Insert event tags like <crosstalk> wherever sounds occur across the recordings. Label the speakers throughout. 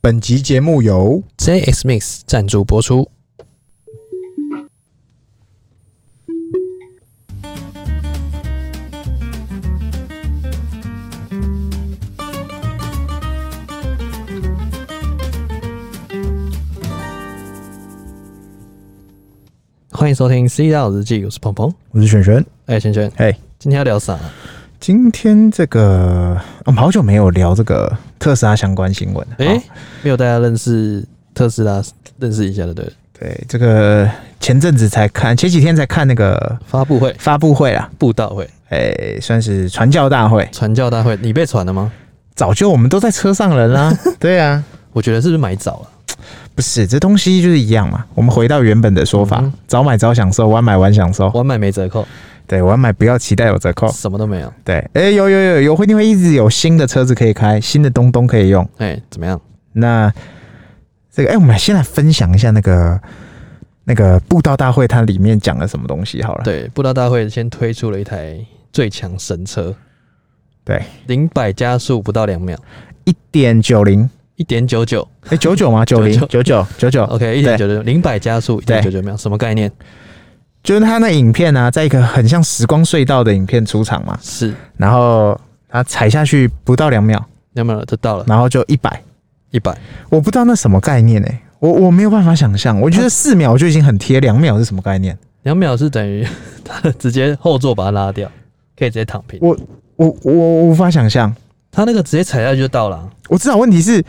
Speaker 1: 本集节目由
Speaker 2: JX Mix 赞助播出。欢迎收听《C 大佬日记》，我是鹏鹏。
Speaker 1: 我是璇璇。
Speaker 2: 哎、轩轩，
Speaker 1: 嘿、
Speaker 2: 今天要聊啥？
Speaker 1: 今天这个我们好久没有聊这个特斯拉相关新闻了。
Speaker 2: 哎、
Speaker 1: 哦
Speaker 2: 没有大家认识特斯拉，认识一下就对了。
Speaker 1: 对，这个前阵子才看，前几天才看那个
Speaker 2: 发布会、
Speaker 1: 发布会啦，
Speaker 2: 布道会、
Speaker 1: 哎、算是传教大会。
Speaker 2: 传教大会，你被传了吗？
Speaker 1: 早就我们都在车上人啦、对啊，
Speaker 2: 我觉得是不是买早了？
Speaker 1: 不是这东西就是一样嘛。我们回到原本的说法，
Speaker 2: 嗯
Speaker 1: 早买早享受，晚买晚享受。
Speaker 2: 晚买没折扣，
Speaker 1: 对，晚买不要期待有折扣。
Speaker 2: 什么都没有。
Speaker 1: 对，哎、有有有有，会一定会一直有新的车子可以开，新的东东可以用。
Speaker 2: 哎、怎么样？
Speaker 1: 那这个，哎、我们先来分享一下那个那个布道大会它里面讲了什么东西好了。
Speaker 2: 对，布道大会先推出了一台最强神车，
Speaker 1: 对，
Speaker 2: 零百加速不到两秒，
Speaker 1: 一点九零，
Speaker 2: 一点九九
Speaker 1: 哎，九九吗？ <laughs> 九哦零九九九九，
Speaker 2: ，OK，一点九九，零百加速一点九九秒，什么概念？
Speaker 1: 就是他那影片啊，在一个很像时光隧道的影片出场嘛，
Speaker 2: 是
Speaker 1: 然后他踩下去不到两秒，
Speaker 2: 两秒就到了
Speaker 1: 然后就一百，
Speaker 2: 一百，
Speaker 1: 我不知道那什么概念哎、我我没有办法想象，我觉得四秒就已经很贴，两秒是什么概念？
Speaker 2: 两秒是等于 <laughs> 它直接后座把它拉掉，可以直接躺平。
Speaker 1: 我我我无法想象。
Speaker 2: 它那个直接踩下去就到了啊，
Speaker 1: 我知道问题是，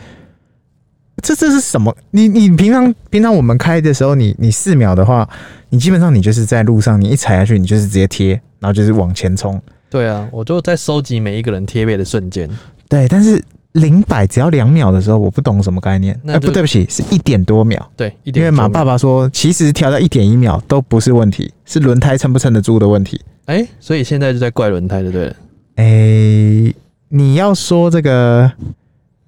Speaker 1: 这这是什么？你你平常平常我们开的时候，你你四秒的话，你基本上你就是在路上，你一踩下去，你就是直接贴，然后就是往前冲。
Speaker 2: 对啊，我就在收集每一个人贴背的瞬间，
Speaker 1: 对，但是零百只要两秒的时候，我不懂什么概念。哎、
Speaker 2: 那就
Speaker 1: 不对不起，是一点多秒。
Speaker 2: 对，一
Speaker 1: 因
Speaker 2: 点
Speaker 1: 为马爸
Speaker 2: 爸，
Speaker 1: 爸说，其实调到一点一秒都不是问题，是轮胎撑不撑得住的问题。
Speaker 2: 哎、所以现在就在怪轮胎，对不对了？
Speaker 1: 哎、你要说这个，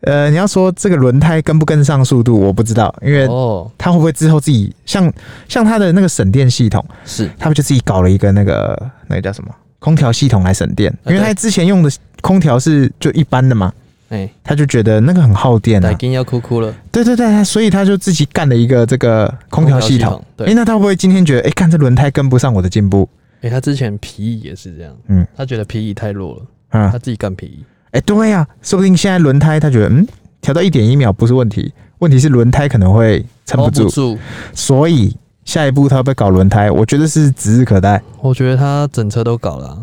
Speaker 1: 呃，你要说这个轮胎跟不跟上速度，我不知道，因为
Speaker 2: 哦，
Speaker 1: 它会不会之后自己像像它的那个省电系统，
Speaker 2: 是
Speaker 1: 他们就自己搞了一个那个那个叫什么空调系统来省电，
Speaker 2: 啊
Speaker 1: 因为
Speaker 2: 对
Speaker 1: 它之前用的空调是就一般的嘛，
Speaker 2: 哎，
Speaker 1: 他就觉得那个很耗电
Speaker 2: 奶
Speaker 1: 啊，
Speaker 2: 金要哭哭了，
Speaker 1: 对对对，他所以他就自己干了一个这个空调系统。，
Speaker 2: 对
Speaker 1: 哎、，那他会不会今天觉得，哎、看这轮胎跟不上我的进步？
Speaker 2: 哎、他之前皮椅也是这样，
Speaker 1: 嗯
Speaker 2: 他觉得皮椅太弱了，
Speaker 1: 嗯，
Speaker 2: 他
Speaker 1: 哎、
Speaker 2: 自己干皮椅，
Speaker 1: 对呀、说不定现在轮胎他觉得，嗯，调到一点一秒不是问题，问题是轮胎可能会撑不
Speaker 2: hold
Speaker 1: 住，
Speaker 2: 不住。
Speaker 1: 所以下一步他会不会搞轮胎？我觉得是指日可待。
Speaker 2: 我觉得他整车都搞了啊、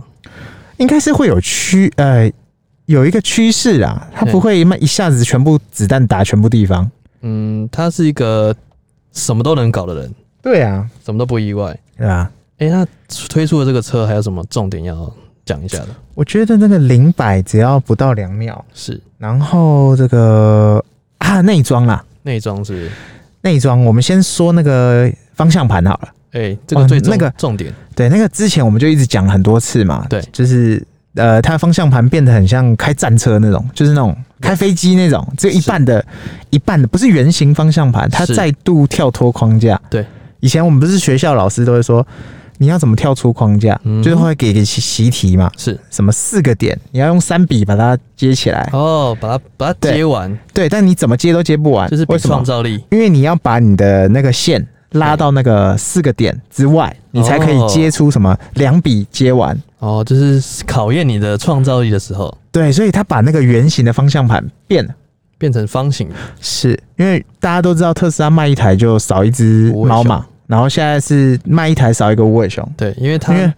Speaker 1: 应该是会有趋呃有一个趋势啦，它不会一下子全部子弹打全部地方。
Speaker 2: 嗯，他是一个什么都能搞的人，
Speaker 1: 对啊，
Speaker 2: 什么都不意外。
Speaker 1: 对啊，
Speaker 2: 哎、他推出的这个车还有什么重点要讲一下的？
Speaker 1: 我觉得那个零百只要不到两秒，
Speaker 2: 是
Speaker 1: 然后这个啊内装啦，
Speaker 2: 内装是不是，
Speaker 1: 内装我们先说那个方向盘好了。
Speaker 2: 哎、这个
Speaker 1: 哦
Speaker 2: 最重、
Speaker 1: 那个
Speaker 2: 重点，
Speaker 1: 对，那个之前我们就一直讲很多次嘛，
Speaker 2: 对
Speaker 1: 就是呃，它方向盘变得很像开战车那种，就是那种开飞机那种，只有一半的，一半的不是圆形方向盘，它
Speaker 2: 是
Speaker 1: 再度跳脱框架。
Speaker 2: 对，
Speaker 1: 以前我们不是学校老师都会说。你要怎么跳出框架？
Speaker 2: 嗯
Speaker 1: 就是会给个习习题嘛，
Speaker 2: 是
Speaker 1: 什么四个点，你要用三笔把它接起来。
Speaker 2: 哦，把它把它接完，
Speaker 1: 哎对，但你怎么接都接不完，
Speaker 2: 就是比
Speaker 1: 为什么
Speaker 2: 创？造力
Speaker 1: 因为你要把你的那个线拉到那个四个点之外，你才可以接出什么两笔接完。
Speaker 2: 哦，就是考验你的创造力的时候，
Speaker 1: 对，所以他把那个圆形的方向盘变了，
Speaker 2: 变成方形的，
Speaker 1: 是因为大家都知道特斯拉卖一台就少一只猫
Speaker 2: 无尾
Speaker 1: 嘛，然后现在是卖一台少一个无尾熊，
Speaker 2: 对，因为它
Speaker 1: 因为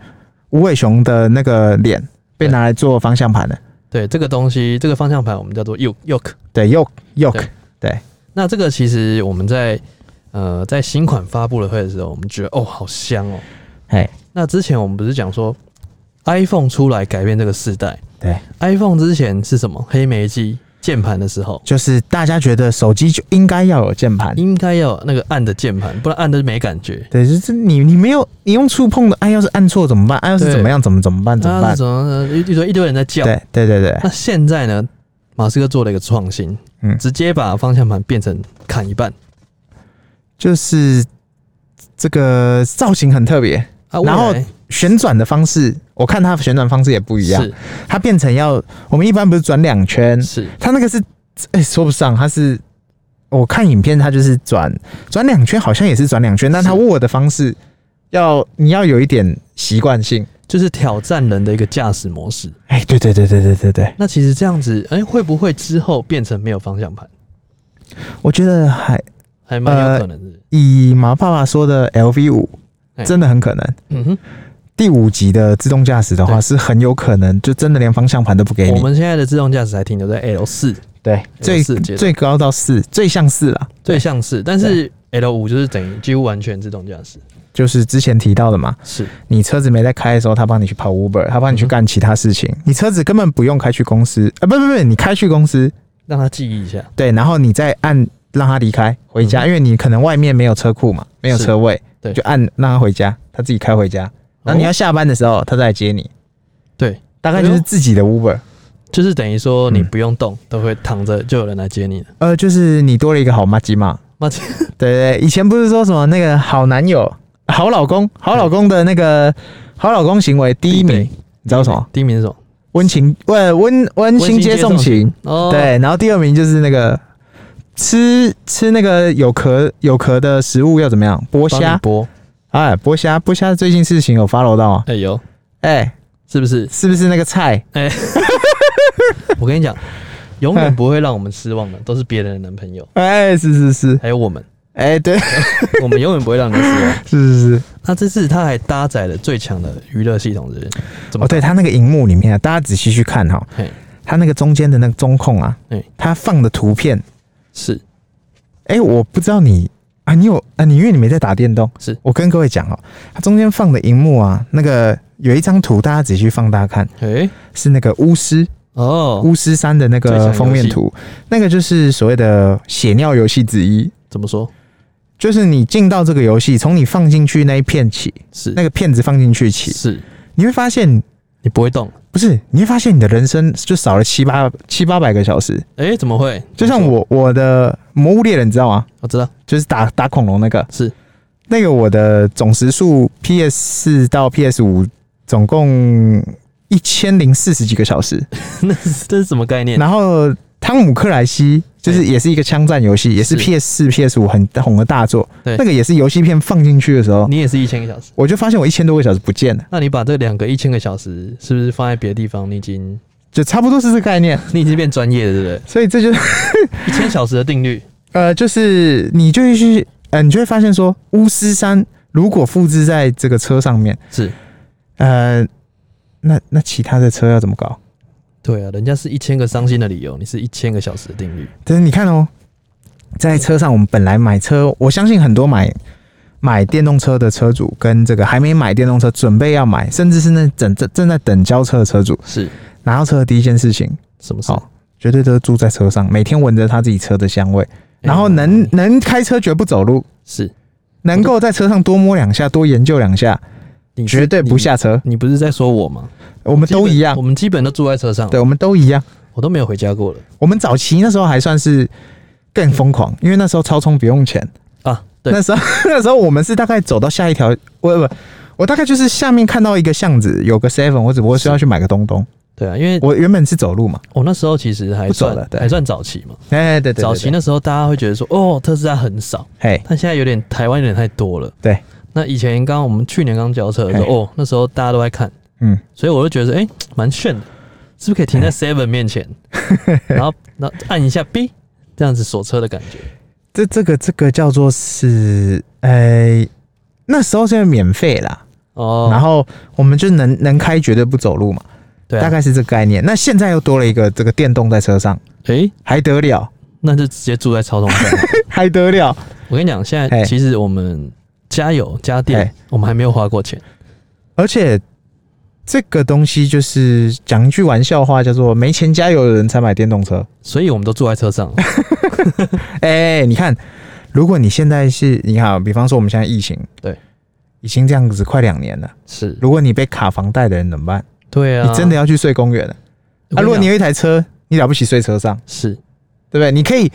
Speaker 1: 无尾熊的那个脸被
Speaker 2: 对
Speaker 1: 拿来做方向盘了。
Speaker 2: 对这个东西，这个方向盘我们叫做 yoke yoke。
Speaker 1: 对，yoke yoke，
Speaker 2: 对那这个其实我们在呃在新款发布了会的时候，我们觉得哦好香哦。
Speaker 1: 哎，
Speaker 2: 那之前我们不是讲说 iPhone 出来改变这个世代
Speaker 1: 对，
Speaker 2: ，iPhone 之前是什么黑莓机键盘的时候，
Speaker 1: 就是大家觉得手机就应该要有键盘，
Speaker 2: 应该要有那个按的键盘，不然按的没感觉。
Speaker 1: 对，就是你你没有你用触碰的，哎，要是按错怎么办？哎，要是
Speaker 2: 对
Speaker 1: 怎么样怎么怎么办怎么
Speaker 2: 啊，
Speaker 1: 办？
Speaker 2: 怎么一堆一堆人在叫？
Speaker 1: 对对对对，
Speaker 2: 那现在呢，马斯克做了一个创新，
Speaker 1: 嗯
Speaker 2: 直接把方向盘变成砍一半
Speaker 1: 就是这个造型很特别，
Speaker 2: 啊，
Speaker 1: 然后
Speaker 2: 未来
Speaker 1: 旋转的方式，我看它旋转方式也不一样，
Speaker 2: 是
Speaker 1: 它变成要我们一般不是转两圈，
Speaker 2: 是
Speaker 1: 它那个是哎、说不上，它是我看影片，它就是转转两圈，好像也是转两圈，但它
Speaker 2: 是
Speaker 1: 握的方式要你要有一点习惯性。
Speaker 2: 就是挑战人的一个驾驶模式。
Speaker 1: 哎、对对对对对对对，
Speaker 2: 那其实这样子，哎、会不会之后变成没有方向盘？
Speaker 1: 我觉得还
Speaker 2: 还蛮有可能
Speaker 1: 呃
Speaker 2: 的。
Speaker 1: 以马爸爸说的 LV 五
Speaker 2: 哎
Speaker 1: 真的很可能。
Speaker 2: 嗯哼，
Speaker 1: 第五级的自动驾驶的话，
Speaker 2: 对
Speaker 1: 是很有可能就真的连方向盘都不给
Speaker 2: 我
Speaker 1: 你。
Speaker 2: 们现在的自动驾驶还停留在 L 四，
Speaker 1: 对，最
Speaker 2: 四阶段
Speaker 1: 最高到四，最像四啦，
Speaker 2: 最像是，但是 L 五就是等于几乎完全自动驾驶。
Speaker 1: 就是之前提到的嘛。
Speaker 2: 是，
Speaker 1: 你车子没在开的时候，他帮你去跑 Uber，他帮你去
Speaker 2: 嗯
Speaker 1: 干其他事情，你车子根本不用开去公司啊，不不不，你开去公司，
Speaker 2: 让他记忆一下。
Speaker 1: 对，然后你再按让他离开回家，
Speaker 2: 嗯
Speaker 1: 因为你可能外面没有车库嘛，没有
Speaker 2: 是
Speaker 1: 车位，
Speaker 2: 对哦
Speaker 1: 就按让他回家，他自己开回家，然后你要下班的时候，他再来接你，
Speaker 2: 对，
Speaker 1: 大概就是自己的 Uber，、
Speaker 2: 就是等于说你
Speaker 1: 嗯
Speaker 2: 不用动，都会躺着就有人来接你了。
Speaker 1: 呃，就是你多了一个好妈鸡嘛，
Speaker 2: 那这
Speaker 1: 对对，以前不是说什么那个好男友、好老公、好老公的那个好老公行为第一名，你知道什么？？
Speaker 2: 第一名是什么？
Speaker 1: 温情呃温温馨接送情，
Speaker 2: 哦，
Speaker 1: 对，然后第二名就是那个吃吃那个有壳有壳的食物要怎么样？剥
Speaker 2: 帮你
Speaker 1: 虾，
Speaker 2: 播，
Speaker 1: 哎，剥虾，剥虾最近事情有 follow 到啊？
Speaker 2: 哎呦，
Speaker 1: 哎、
Speaker 2: 是不是？
Speaker 1: 是不是那个菜？
Speaker 2: 我跟你讲，永远不会让我们失望的，都是别人的男朋友，
Speaker 1: 哎、是是是，
Speaker 2: 还有我们，
Speaker 1: 哎、对，
Speaker 2: 我们永远不会让人家失望。
Speaker 1: 是是是，
Speaker 2: 那这次他还搭载了最强的娱乐系统，是不是怎么
Speaker 1: 哦，对，它那个荧幕里面啊，大家仔细去看哈、
Speaker 2: 嘿
Speaker 1: 它那个中间的那个中控啊
Speaker 2: 对，
Speaker 1: 它放的图片
Speaker 2: 是
Speaker 1: 哎、我不知道你啊，你有啊，你因为你没在打电动，
Speaker 2: 是
Speaker 1: 我跟各位讲哦、它中间放的荧幕啊，那个有一张图，大家仔细放大看，
Speaker 2: 诶
Speaker 1: 是那个巫师、
Speaker 2: 哦，
Speaker 1: 巫师三的那
Speaker 2: 最强
Speaker 1: 个
Speaker 2: 游戏
Speaker 1: 封面图，那个就是所谓的血尿游戏之一，
Speaker 2: 怎么说？
Speaker 1: 就是你进到这个游戏，从你放进去那一片起，
Speaker 2: 是
Speaker 1: 那个片子放进去起，
Speaker 2: 是，
Speaker 1: 你会发现。
Speaker 2: 你不会动？
Speaker 1: 不是，你会发现你的人生就少了七八七八百个小时。
Speaker 2: 诶，怎么会？
Speaker 1: 就像
Speaker 2: 怎么说，
Speaker 1: 我我的《魔物猎人》，你知道吗？
Speaker 2: 我知道
Speaker 1: 就是打打恐龙那个，
Speaker 2: 是
Speaker 1: 那个我的总时速 PS 四到 PS 五总共一千零四十几个小时，
Speaker 2: <laughs> 那是这是什么概念？
Speaker 1: 然后汤姆克莱西就是也是一个枪战游戏，也是
Speaker 2: 是
Speaker 1: PS 四 PS 五很红的大作，
Speaker 2: 对
Speaker 1: 那个也是游戏片放进去的时候，
Speaker 2: 你也是一千个小时，
Speaker 1: 我就发现我一千多个小时不见了，
Speaker 2: 那你把这两个一千个小时是不是放在别的地方？你已经
Speaker 1: 就差不多是这个概念，
Speaker 2: 你已经变专业了，对不 <laughs> 对？
Speaker 1: 所以这就是
Speaker 2: 一千小时的定律，
Speaker 1: 呃，就是你就会去呃，你就会发现说巫师三如果复制在这个车上面，
Speaker 2: 是
Speaker 1: 呃，那那其他的车要怎么搞？
Speaker 2: 对啊，人家是一千个伤心的理由，你是一千个小时的定律，
Speaker 1: 但是你看哦，在车上，我们本来买车，我相信很多买买电动车的车主，跟这个还没买电动车、准备要买，甚至是那正正正在等交车的车主，
Speaker 2: 是
Speaker 1: 拿到车的第一件事情，
Speaker 2: 什么事？
Speaker 1: 好绝对都是住在车上，每天闻着他自己车的香味，然后能、
Speaker 2: 哎
Speaker 1: 能开车绝不走路，
Speaker 2: 是
Speaker 1: 能够在车上多摸两下、多研究两下，
Speaker 2: 你是
Speaker 1: 绝对不
Speaker 2: 你。
Speaker 1: 下车。
Speaker 2: 你不是在说我吗？
Speaker 1: 我们都
Speaker 2: 基本
Speaker 1: 一样
Speaker 2: 我，们基本都住在车上，
Speaker 1: 对，我们都一样。
Speaker 2: 我都没有回家过了
Speaker 1: 我们早期那时候还算是更疯狂，因为那时候超充不用钱。
Speaker 2: 啊。对，
Speaker 1: 那时候 <laughs> 那时候我们是大概走到下一条，我不，我大概就是下面看到一个巷子有个 seven，我只不过是要去买个东东。
Speaker 2: 对啊，因为
Speaker 1: 我原本是走路嘛，
Speaker 2: 我那时候其实还
Speaker 1: 不走
Speaker 2: 算
Speaker 1: 了对
Speaker 2: 还算早期嘛，
Speaker 1: 哎、对对对
Speaker 2: 早期
Speaker 1: 呢，
Speaker 2: 那时候大家会觉得说，哦，特斯拉很少，
Speaker 1: 哎，
Speaker 2: 但现在有点台湾有点太多了。
Speaker 1: 对，
Speaker 2: 那以前刚刚我们去年刚交车的时
Speaker 1: 嘿
Speaker 2: 候，哦，那时候大家都在看，
Speaker 1: 嗯，
Speaker 2: 所以我就觉得，哎、蛮炫的，是不是可以停在 Seven
Speaker 1: <laughs>
Speaker 2: 面前，然后然后按一下 B，这样子锁车的感觉。
Speaker 1: 这这个这个叫做是，哎，那时候现在免费啦，
Speaker 2: 哦，
Speaker 1: 然后我们就能能开绝对不走路嘛，
Speaker 2: 对、啊，
Speaker 1: 大概是这个概念。那现在又多了一个这个电动在车上，
Speaker 2: 哎、
Speaker 1: 还得了， <laughs>
Speaker 2: 那就直接住在超充站。
Speaker 1: 还得了，
Speaker 2: 我跟你讲，现
Speaker 1: 嘿
Speaker 2: 在其实我们加油加
Speaker 1: 嘿
Speaker 2: 电，我们还没有花过钱。
Speaker 1: 而且。这个东西就是讲一句玩笑话，叫做“没钱加油的人才买电动车”。
Speaker 2: 所以我们都住在车上，
Speaker 1: 哎、你看，如果你现在是你看啊，比方说我们现在疫情，
Speaker 2: 对，
Speaker 1: 已经这样子快两年了。
Speaker 2: 是，
Speaker 1: 如果你被卡房贷的人怎么办？
Speaker 2: 对啊，
Speaker 1: 你真的要去睡公园了。
Speaker 2: 我
Speaker 1: 啊，
Speaker 2: 跟
Speaker 1: 如果你
Speaker 2: 讲
Speaker 1: 有一台车，你了不起睡车上，
Speaker 2: 是
Speaker 1: 对不对？你可以，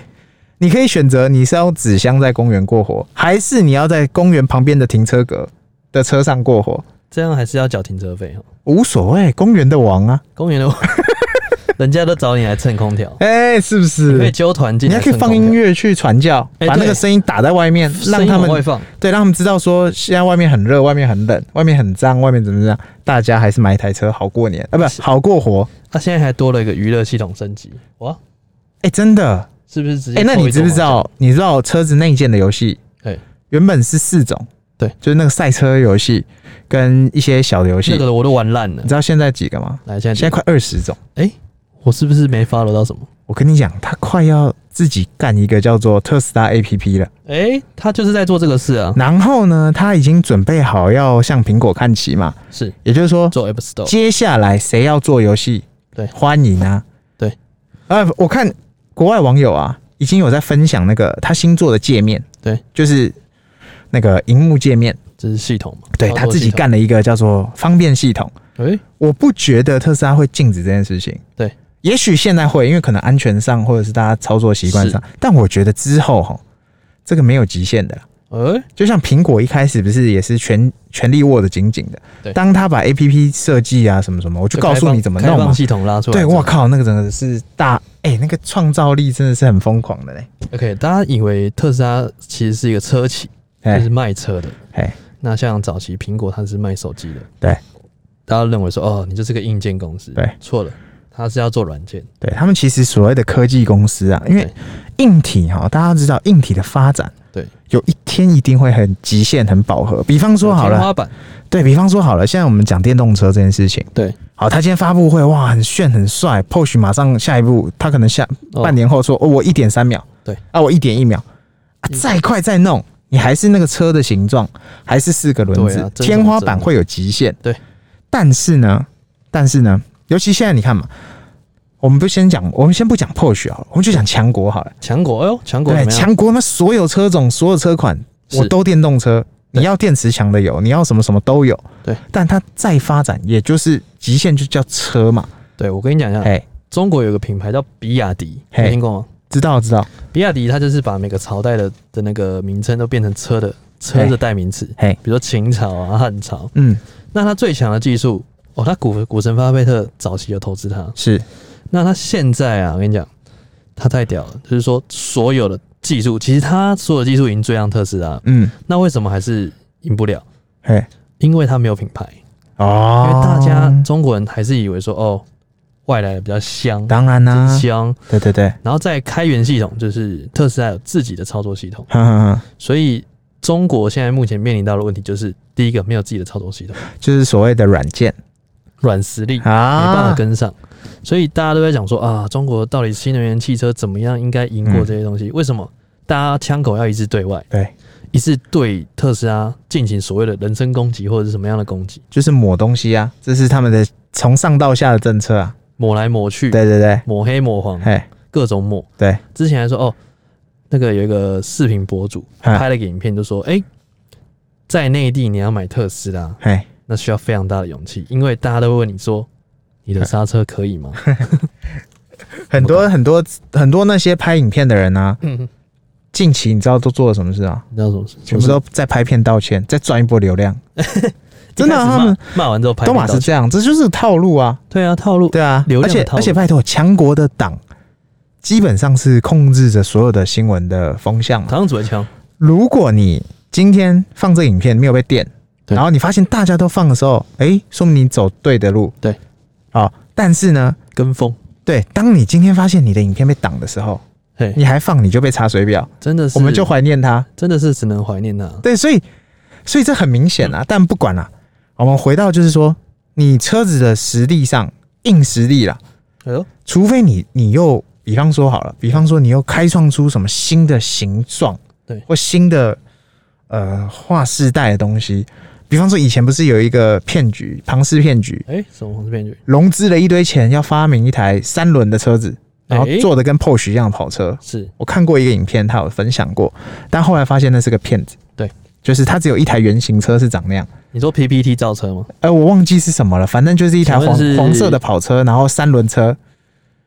Speaker 1: 你可以选择你是要纸箱在公园过活，还是你要在公园旁边的停车格的车上过活，
Speaker 2: 这样，还是要缴停车费哦。
Speaker 1: 无所谓，公园的王啊。
Speaker 2: 公园的， <laughs> 人家都找你来蹭空调，
Speaker 1: 哎、是不
Speaker 2: 你可以
Speaker 1: 是？
Speaker 2: 揪团进
Speaker 1: 你
Speaker 2: 来
Speaker 1: 还可以
Speaker 2: 蹭空
Speaker 1: 放
Speaker 2: 调，
Speaker 1: 音乐去传教，
Speaker 2: 哎
Speaker 1: 把那
Speaker 2: 对
Speaker 1: 个声音打在外面，让
Speaker 2: 声音
Speaker 1: 他
Speaker 2: 我
Speaker 1: 们
Speaker 2: 会放，
Speaker 1: 对，让他们知道说现在外面很热，外面很冷，外面很脏，外面怎么样，大家还是买一台车好过年啊，不
Speaker 2: 是
Speaker 1: 好过活。
Speaker 2: 他、啊现在还多了一个娱乐系统升级，哇，
Speaker 1: 哎、真的，
Speaker 2: 是不是直接？
Speaker 1: 哎、那你知不知？道？你知道车子内建的游戏
Speaker 2: 对，
Speaker 1: 原本是四种，
Speaker 2: 对
Speaker 1: 就是那个赛车游戏跟一些小的游戏。
Speaker 2: 那个我都玩烂了
Speaker 1: 你。知道现在几个吗？
Speaker 2: 来，现
Speaker 1: 现在
Speaker 2: 在
Speaker 1: 快二十种。
Speaker 2: 哎、我是不是没 follow 到什么？
Speaker 1: 我跟你讲，他快要自己干一个叫做特斯拉 APP 了。
Speaker 2: 哎、他就是在做这个事啊，
Speaker 1: 然后呢，他已经准备好要向苹果看齐嘛，
Speaker 2: 是
Speaker 1: 也就是说，
Speaker 2: 做 App Store，
Speaker 1: 接下来谁要做游戏，
Speaker 2: 哦对
Speaker 1: 欢迎啊，
Speaker 2: 对，
Speaker 1: 呃，我看国外网友啊，已经有在分享那个他新做的界面，
Speaker 2: 对，
Speaker 1: 就是那个荧幕界面，
Speaker 2: 这是系统嘛？
Speaker 1: 对
Speaker 2: 操
Speaker 1: 他
Speaker 2: 作
Speaker 1: 自己
Speaker 2: 系统。
Speaker 1: 干了一个叫做方便系统。
Speaker 2: 哎、
Speaker 1: 我不觉得特斯拉会禁止这件事情，
Speaker 2: 对，
Speaker 1: 也许现在会，因为可能安全上或者是大家操作习惯上，但我觉得之后哈，这个没有极限的啦。
Speaker 2: 哎、
Speaker 1: 就像苹果一开始不是也是全全力握得紧紧
Speaker 2: 对
Speaker 1: 的，当他把 A P P 设计啊什么什么，我就告诉你怎么弄
Speaker 2: 开
Speaker 1: 嘛
Speaker 2: 放。系统啊拉出来。
Speaker 1: 对，我，靠，那个真的是大哎、那个创造力真的是很疯狂的嘞。
Speaker 2: OK，大家以为特斯拉其实是一个车企，就
Speaker 1: 哎
Speaker 2: 是卖车的。
Speaker 1: 哎，
Speaker 2: 那像早期苹果它是卖手机的，
Speaker 1: 对，
Speaker 2: 大家认为说哦，你就是个硬件公司，
Speaker 1: 对，
Speaker 2: 错了，它是要做软件，
Speaker 1: 对他们其实所谓的科技公司啊，因为
Speaker 2: 对
Speaker 1: 硬体哈，大家都知道硬体的发展，
Speaker 2: 对，
Speaker 1: 有一天一定会很极限、很饱和。比方说好
Speaker 2: 天
Speaker 1: 了，
Speaker 2: 花板，
Speaker 1: 对比方说好了，现在我们讲电动车这件事情，
Speaker 2: 对，
Speaker 1: 好，他今天发布会哇，很炫很帅，Porsche 马上下一步，他可能下
Speaker 2: 哦
Speaker 1: 半年后说，哦，我一点三秒，
Speaker 2: 对，
Speaker 1: 啊，我一点一秒，啊，
Speaker 2: 嗯
Speaker 1: 再快再弄，你还是那个车的形状，还是四个轮
Speaker 2: 对
Speaker 1: 子，
Speaker 2: 啊真的
Speaker 1: 天花板会有极限，
Speaker 2: 对。
Speaker 1: 但是呢，但是呢，尤其现在你看嘛，我们不先讲，我们先不讲 Porsche 好了，我们就讲强国好了，
Speaker 2: 强国，哎呦，强国
Speaker 1: 对，
Speaker 2: 怎么样
Speaker 1: 强国那所有车种、所有车款，
Speaker 2: 是
Speaker 1: 我都电动车。你要电池强的有，你要什么什么都有。
Speaker 2: 对，
Speaker 1: 但它再发展，也就是极限就叫车嘛。
Speaker 2: 对我跟你讲一下，
Speaker 1: 哎，中，
Speaker 2: 中国有个品牌叫比亚迪，
Speaker 1: 嘿
Speaker 2: 你听过吗？
Speaker 1: 知道知道，
Speaker 2: 比亚迪它就是把每个朝代的的那个名称都变成车的车的代名词，
Speaker 1: 嘿
Speaker 2: 比如说秦朝啊、汉朝。
Speaker 1: 嗯，
Speaker 2: 那它最强的技术，哦，它股股神巴菲特早期有投资它，
Speaker 1: 是，
Speaker 2: 那他现在啊，我跟你讲，他太屌了，就是说所有的技术，其实他所有的技术已经追上特斯拉了，
Speaker 1: 嗯，
Speaker 2: 那为什么还是赢不了？
Speaker 1: 嘿，
Speaker 2: 因为他没有品牌，因
Speaker 1: 哦
Speaker 2: 为大家中国人还是以为说哦，外来的比较香，
Speaker 1: 当然啦、
Speaker 2: 香，
Speaker 1: 对对对，
Speaker 2: 然后在开源系统，就是特斯拉有自己的操作系统，
Speaker 1: 哈哈哈，
Speaker 2: 所以中国现在目前面临到的问题就是，第一个没有自己的操作系统，
Speaker 1: <laughs> 就是所谓的软件
Speaker 2: 软实力。没办法
Speaker 1: 啊，
Speaker 2: 跟上，所以大家都在讲说啊，中国到底新能源汽车怎么样应该赢过这些东西？为什么大家枪口要一致对外，
Speaker 1: 嗯对，
Speaker 2: 一致对特斯拉进行所谓的人身攻击或者是什么样的攻击，
Speaker 1: 就是抹东西啊，这是他们的从上到下的政策啊。
Speaker 2: 抹来抹去，
Speaker 1: 对对对，
Speaker 2: 抹黑抹黄，
Speaker 1: 嘿，
Speaker 2: 各种抹。
Speaker 1: 对，
Speaker 2: 之前还说哦，那个有一个视频博主
Speaker 1: 嗯
Speaker 2: 拍了个影片，就说哎、在内地你要买特斯拉，
Speaker 1: 嘿，
Speaker 2: 那需要非常大的勇气，因为大家都会问你说。你的刹车可以吗？
Speaker 1: <laughs> 很多很多很多那些拍影片的人啊，
Speaker 2: 嗯
Speaker 1: 近期你知道都做了什么事啊？
Speaker 2: 你知道什么事？
Speaker 1: 全部都在拍片道歉，再赚一波流
Speaker 2: <laughs>
Speaker 1: 量。真的啊、
Speaker 2: 一开始
Speaker 1: 他们
Speaker 2: 骂骂完之后拍
Speaker 1: 都
Speaker 2: 片
Speaker 1: 马
Speaker 2: 道
Speaker 1: 是
Speaker 2: 歉
Speaker 1: 这样，这就是套路啊。
Speaker 2: 对啊，套路
Speaker 1: 对啊，
Speaker 2: 流
Speaker 1: 而
Speaker 2: 量的
Speaker 1: 且
Speaker 2: 套路
Speaker 1: 而且拜托，强国的党基本上是控制着所有的新闻的风向啊嘛。
Speaker 2: 啊好像只会枪，
Speaker 1: 如果你今天放这影片没有被电，
Speaker 2: 对
Speaker 1: 然后你发现大家都放的时候，哎、说明你走对的路。
Speaker 2: 对，
Speaker 1: 好、但是呢，
Speaker 2: 跟风，
Speaker 1: 对，当你今天发现你的影片被挡的时候，
Speaker 2: 嘿，
Speaker 1: 你还放，你就被查水表，
Speaker 2: 真的是，
Speaker 1: 我们就怀念他。
Speaker 2: 真的是只能怀念他。
Speaker 1: 对，所以所以这很明显啊，
Speaker 2: 嗯
Speaker 1: 但不管啦、我们回到就是说，你车子的实力上硬实力啦，
Speaker 2: 哎呦，
Speaker 1: 除非你你又比方说好了，比方说你又开创出什么新的形状，
Speaker 2: 对
Speaker 1: 或新的呃划世代的东西，比方说以前不是有一个骗局，庞氏骗局，
Speaker 2: 哎，什么黄色骗局？
Speaker 1: 融资了一堆钱要发明一台三轮的车子，然后
Speaker 2: 哎
Speaker 1: 做的跟 Porsche 一样的跑车，
Speaker 2: 是
Speaker 1: 我看过一个影片，他有分享过，但后来发现那是个骗子。
Speaker 2: 对，
Speaker 1: 就是他只有一台原型车是长那样，
Speaker 2: 你说 PPT 造车吗？
Speaker 1: 哎、我忘记是什么了，反正就是一台黄
Speaker 2: 请问是
Speaker 1: 黄色的跑车，然后三轮车。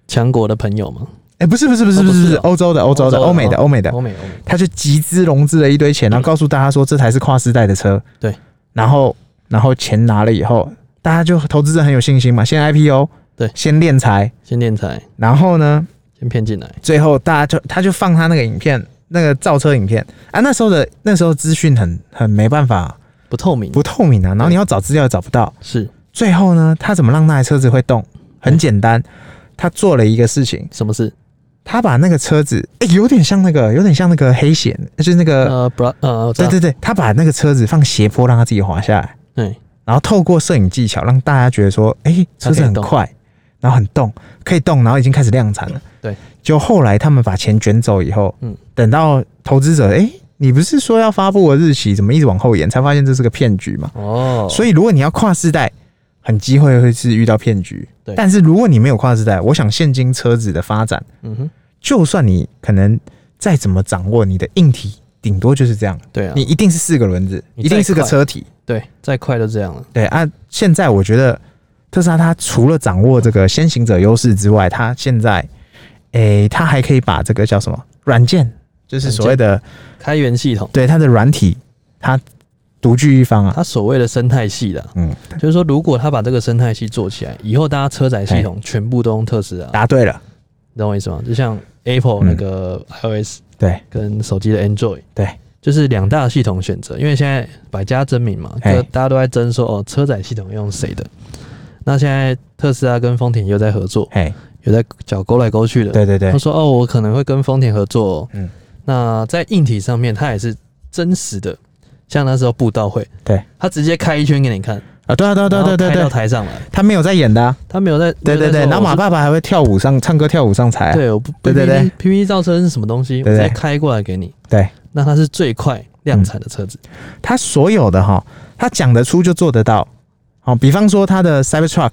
Speaker 2: 强国的朋友吗？
Speaker 1: 哎、不是不是不是
Speaker 2: 哦不
Speaker 1: 不
Speaker 2: 是
Speaker 1: 是不是
Speaker 2: 哦
Speaker 1: 欧洲的欧洲的欧美的
Speaker 2: 哦
Speaker 1: 欧美的
Speaker 2: 欧，美欧美，
Speaker 1: 他就集资融资了一堆钱，然后告诉大家说这台是跨世代的车。
Speaker 2: 对，
Speaker 1: 然后然后钱拿了以后，大家就投资者很有信心嘛，先 IPO，
Speaker 2: 对
Speaker 1: 先练财，
Speaker 2: 先练财，
Speaker 1: 然后呢，
Speaker 2: 先骗进来，
Speaker 1: 最后大家就他就放他那个影片，那个造车影片啊，那时候的那时候资讯很很没办法
Speaker 2: 不透明
Speaker 1: 不透明啊，然后你要找资料也找不到，
Speaker 2: 是
Speaker 1: 最后呢，他怎么让那台车子会动？很简单，他做了一个事情，
Speaker 2: 什么事？
Speaker 1: 他把那个车子，哎、有点像那个，有点像那个黑险，就是那个，
Speaker 2: 呃，不，呃，
Speaker 1: 对对
Speaker 2: 对，
Speaker 1: 对，他把那个车子放斜坡，让它自己滑下来，
Speaker 2: 对，
Speaker 1: 然后透过摄影技巧让大家觉得说，哎、车子很快，然后很动，可以动，然后已经开始量产了。
Speaker 2: 对，
Speaker 1: 就后来他们把钱卷走以后，
Speaker 2: 嗯
Speaker 1: 等到投资者，哎、你不是说要发布的日期，怎么一直往后延？才发现这是个骗局嘛。
Speaker 2: 哦，
Speaker 1: 所以如果你要跨世代，很机会会是遇到骗局。
Speaker 2: 对
Speaker 1: 但是如果你没有跨世代，我想现今车子的发展，
Speaker 2: 嗯哼，
Speaker 1: 就算你可能再怎么掌握你的硬体，顶多就是这样，
Speaker 2: 对啊
Speaker 1: 你，一定是四个轮子，
Speaker 2: 你
Speaker 1: 一定是个
Speaker 2: 再快
Speaker 1: 车体。
Speaker 2: 对，再快都这样了，
Speaker 1: 对啊，现在我觉得特斯拉它除了掌握这个先行者优势之外，它现在，诶、它还可以把这个叫什么软件，就是所谓的
Speaker 2: 开源系统，
Speaker 1: 对它的软体，它独具一方啊。
Speaker 2: 它所谓的生态系的，
Speaker 1: 嗯，
Speaker 2: 就是说，如果它把这个生态系做起来，以后大家车载系
Speaker 1: 哎
Speaker 2: 统全部都用特斯拉，
Speaker 1: 答对了，
Speaker 2: 你懂我意思吗？就像 Apple
Speaker 1: 嗯
Speaker 2: 那个 iOS
Speaker 1: 对
Speaker 2: 跟手机的 Android，
Speaker 1: 对，
Speaker 2: 就是两大系统选择，因为现在百家争鸣嘛，
Speaker 1: 嘿
Speaker 2: 就大家都在争说哦，车载系统用谁的？那现在特斯拉跟丰田又在合作，
Speaker 1: 嘿，
Speaker 2: 有在脚勾来勾去的。
Speaker 1: 对对对
Speaker 2: 他，说哦，我可能会跟丰田合作、哦。
Speaker 1: 嗯
Speaker 2: 嗯，那在硬体上面，它也是真实的，像那时候布道会，
Speaker 1: 对，
Speaker 2: 他直接开一圈给你看，
Speaker 1: 啊，对啊对啊对啊对啊
Speaker 2: 然后
Speaker 1: 对啊
Speaker 2: 哦开
Speaker 1: 对
Speaker 2: 到
Speaker 1: 啊，
Speaker 2: 台上来，
Speaker 1: 他没有在演的、啊，
Speaker 2: 他没有在，
Speaker 1: 对对对，
Speaker 2: 没有在说哦
Speaker 1: 然后马
Speaker 2: 我
Speaker 1: 爸爸还会跳舞上唱歌跳舞上台、啊
Speaker 2: 是，对，我不，
Speaker 1: 哎对对对
Speaker 2: PPT，PPT 造车是什么东西？
Speaker 1: 对对
Speaker 2: 我直接开过来给你，
Speaker 1: 对，嗯
Speaker 2: 那它是最快量产的车子，
Speaker 1: 他所有的哈，他讲得出就做得到。好、比方说他的 Cybertruck，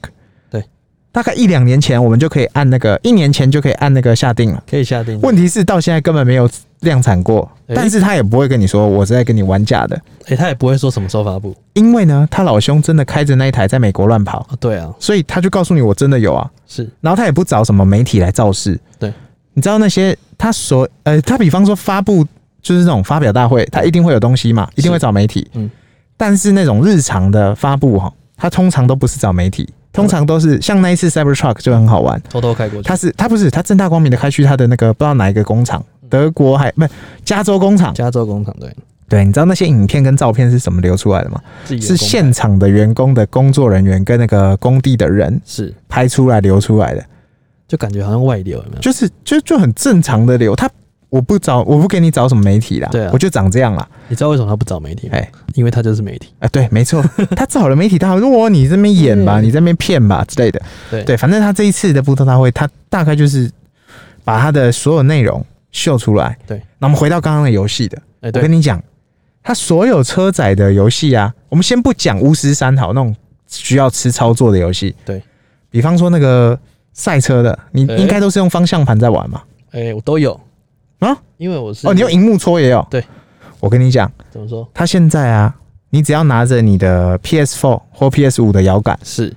Speaker 2: 对，
Speaker 1: 大概一两年前我们就可以按那个，一年前就可以按那个下定了。
Speaker 2: 可以下定。
Speaker 1: 问题是到现在根本没有量产过，
Speaker 2: 嗯诶
Speaker 1: 但是他也不会跟你说我是在跟你玩假的，
Speaker 2: 哎，他也不会说什么时候发布
Speaker 1: 因为呢，他老兄真的开着那一台在美国乱跑，
Speaker 2: 啊，对啊，
Speaker 1: 所以他就告诉你我真的有啊，
Speaker 2: 是
Speaker 1: 然后他也不找什么媒体来造势。
Speaker 2: 对，
Speaker 1: 你知道那些他所呃，他比方说发布就是那种发表大会，他一定会有东西嘛，一定会找媒体。
Speaker 2: 嗯，
Speaker 1: 但是那种日常的发布哈，他通常都不是找媒体，通常都是像那一次 Cybertruck 就很好玩，
Speaker 2: 偷偷开过去
Speaker 1: 他。是他不是他正大光明的开去他的那个不知道哪一个工厂，
Speaker 2: 嗯
Speaker 1: 德国还不是加州工厂。
Speaker 2: 加州工厂对，
Speaker 1: 对，你知道那些影片跟照片是怎么流出来的吗？
Speaker 2: 自己的
Speaker 1: 是
Speaker 2: 工厂
Speaker 1: 现场的员工的工作人员跟那个工地的人
Speaker 2: 是，
Speaker 1: 拍出来流出来的。
Speaker 2: 就感觉好像外流有没有？
Speaker 1: 就是就就很正常的流，他我不找我不给你找什么媒体啦，
Speaker 2: 对啊
Speaker 1: 我就长这样啦，
Speaker 2: 你知道为什么他不找媒体吗？
Speaker 1: 哎
Speaker 2: 因为他就是媒体。
Speaker 1: 啊、对，没错，他找了媒体大会，如果你这边演
Speaker 2: <laughs>
Speaker 1: 吧，
Speaker 2: 嗯
Speaker 1: 你这边骗吧之类的，
Speaker 2: 对
Speaker 1: 对，反正他这一次的布道大会，他大概就是把他的所有内容秀出来，
Speaker 2: 对，
Speaker 1: 那我们回到刚刚的游戏的，
Speaker 2: 哎，
Speaker 1: 我
Speaker 2: 对
Speaker 1: 跟，你讲，他所有车载的游戏啊，我们先不讲巫师三好那种需要吃操作的游戏，
Speaker 2: 对，
Speaker 1: 比方说那个赛车的，你
Speaker 2: 哎
Speaker 1: 应该都是用方向盘在玩嘛，
Speaker 2: 哎，我都有
Speaker 1: 啊，
Speaker 2: 因为我是
Speaker 1: 哦，你用荧幕戳也有，
Speaker 2: 对，
Speaker 1: 我跟你讲。
Speaker 2: 怎么说？
Speaker 1: 它现在啊，你只要拿着你的 PS4 或 PS5 的摇杆
Speaker 2: 是，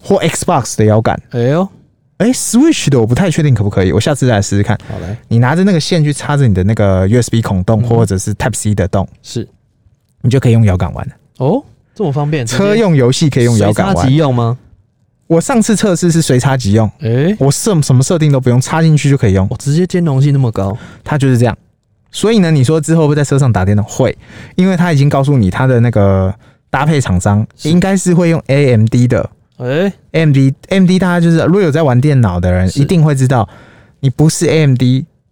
Speaker 1: 或 Xbox 的摇杆，
Speaker 2: 哎呦，
Speaker 1: 哎、s w i t c h 的我不太确定可不可以，我下次再来试试看。
Speaker 2: 好来，
Speaker 1: 你拿着那个线去插着你的那个 USB 孔洞
Speaker 2: 嗯
Speaker 1: 或者是 Type C 的洞，
Speaker 2: 是
Speaker 1: 你就可以用摇杆玩了。
Speaker 2: 哦，这么方便，
Speaker 1: 车用游戏可
Speaker 2: 可
Speaker 1: 以用摇杆玩
Speaker 2: 急。用吗？
Speaker 1: 我上次测试是随插即用，
Speaker 2: 哎，
Speaker 1: 我设什么设定都不用，插进去就可以用，
Speaker 2: 我直接兼容性那么高，
Speaker 1: 它就是这样。所以呢，你说之后会不会在车上打电动？会，因为它已经告诉你它的那个搭配厂商
Speaker 2: 是
Speaker 1: 应该是会用 AMD 的
Speaker 2: 哎，
Speaker 1: AMD AMD 大家就是如果有在玩电脑的人，
Speaker 2: 是
Speaker 1: 一定会知道，你不是 AMD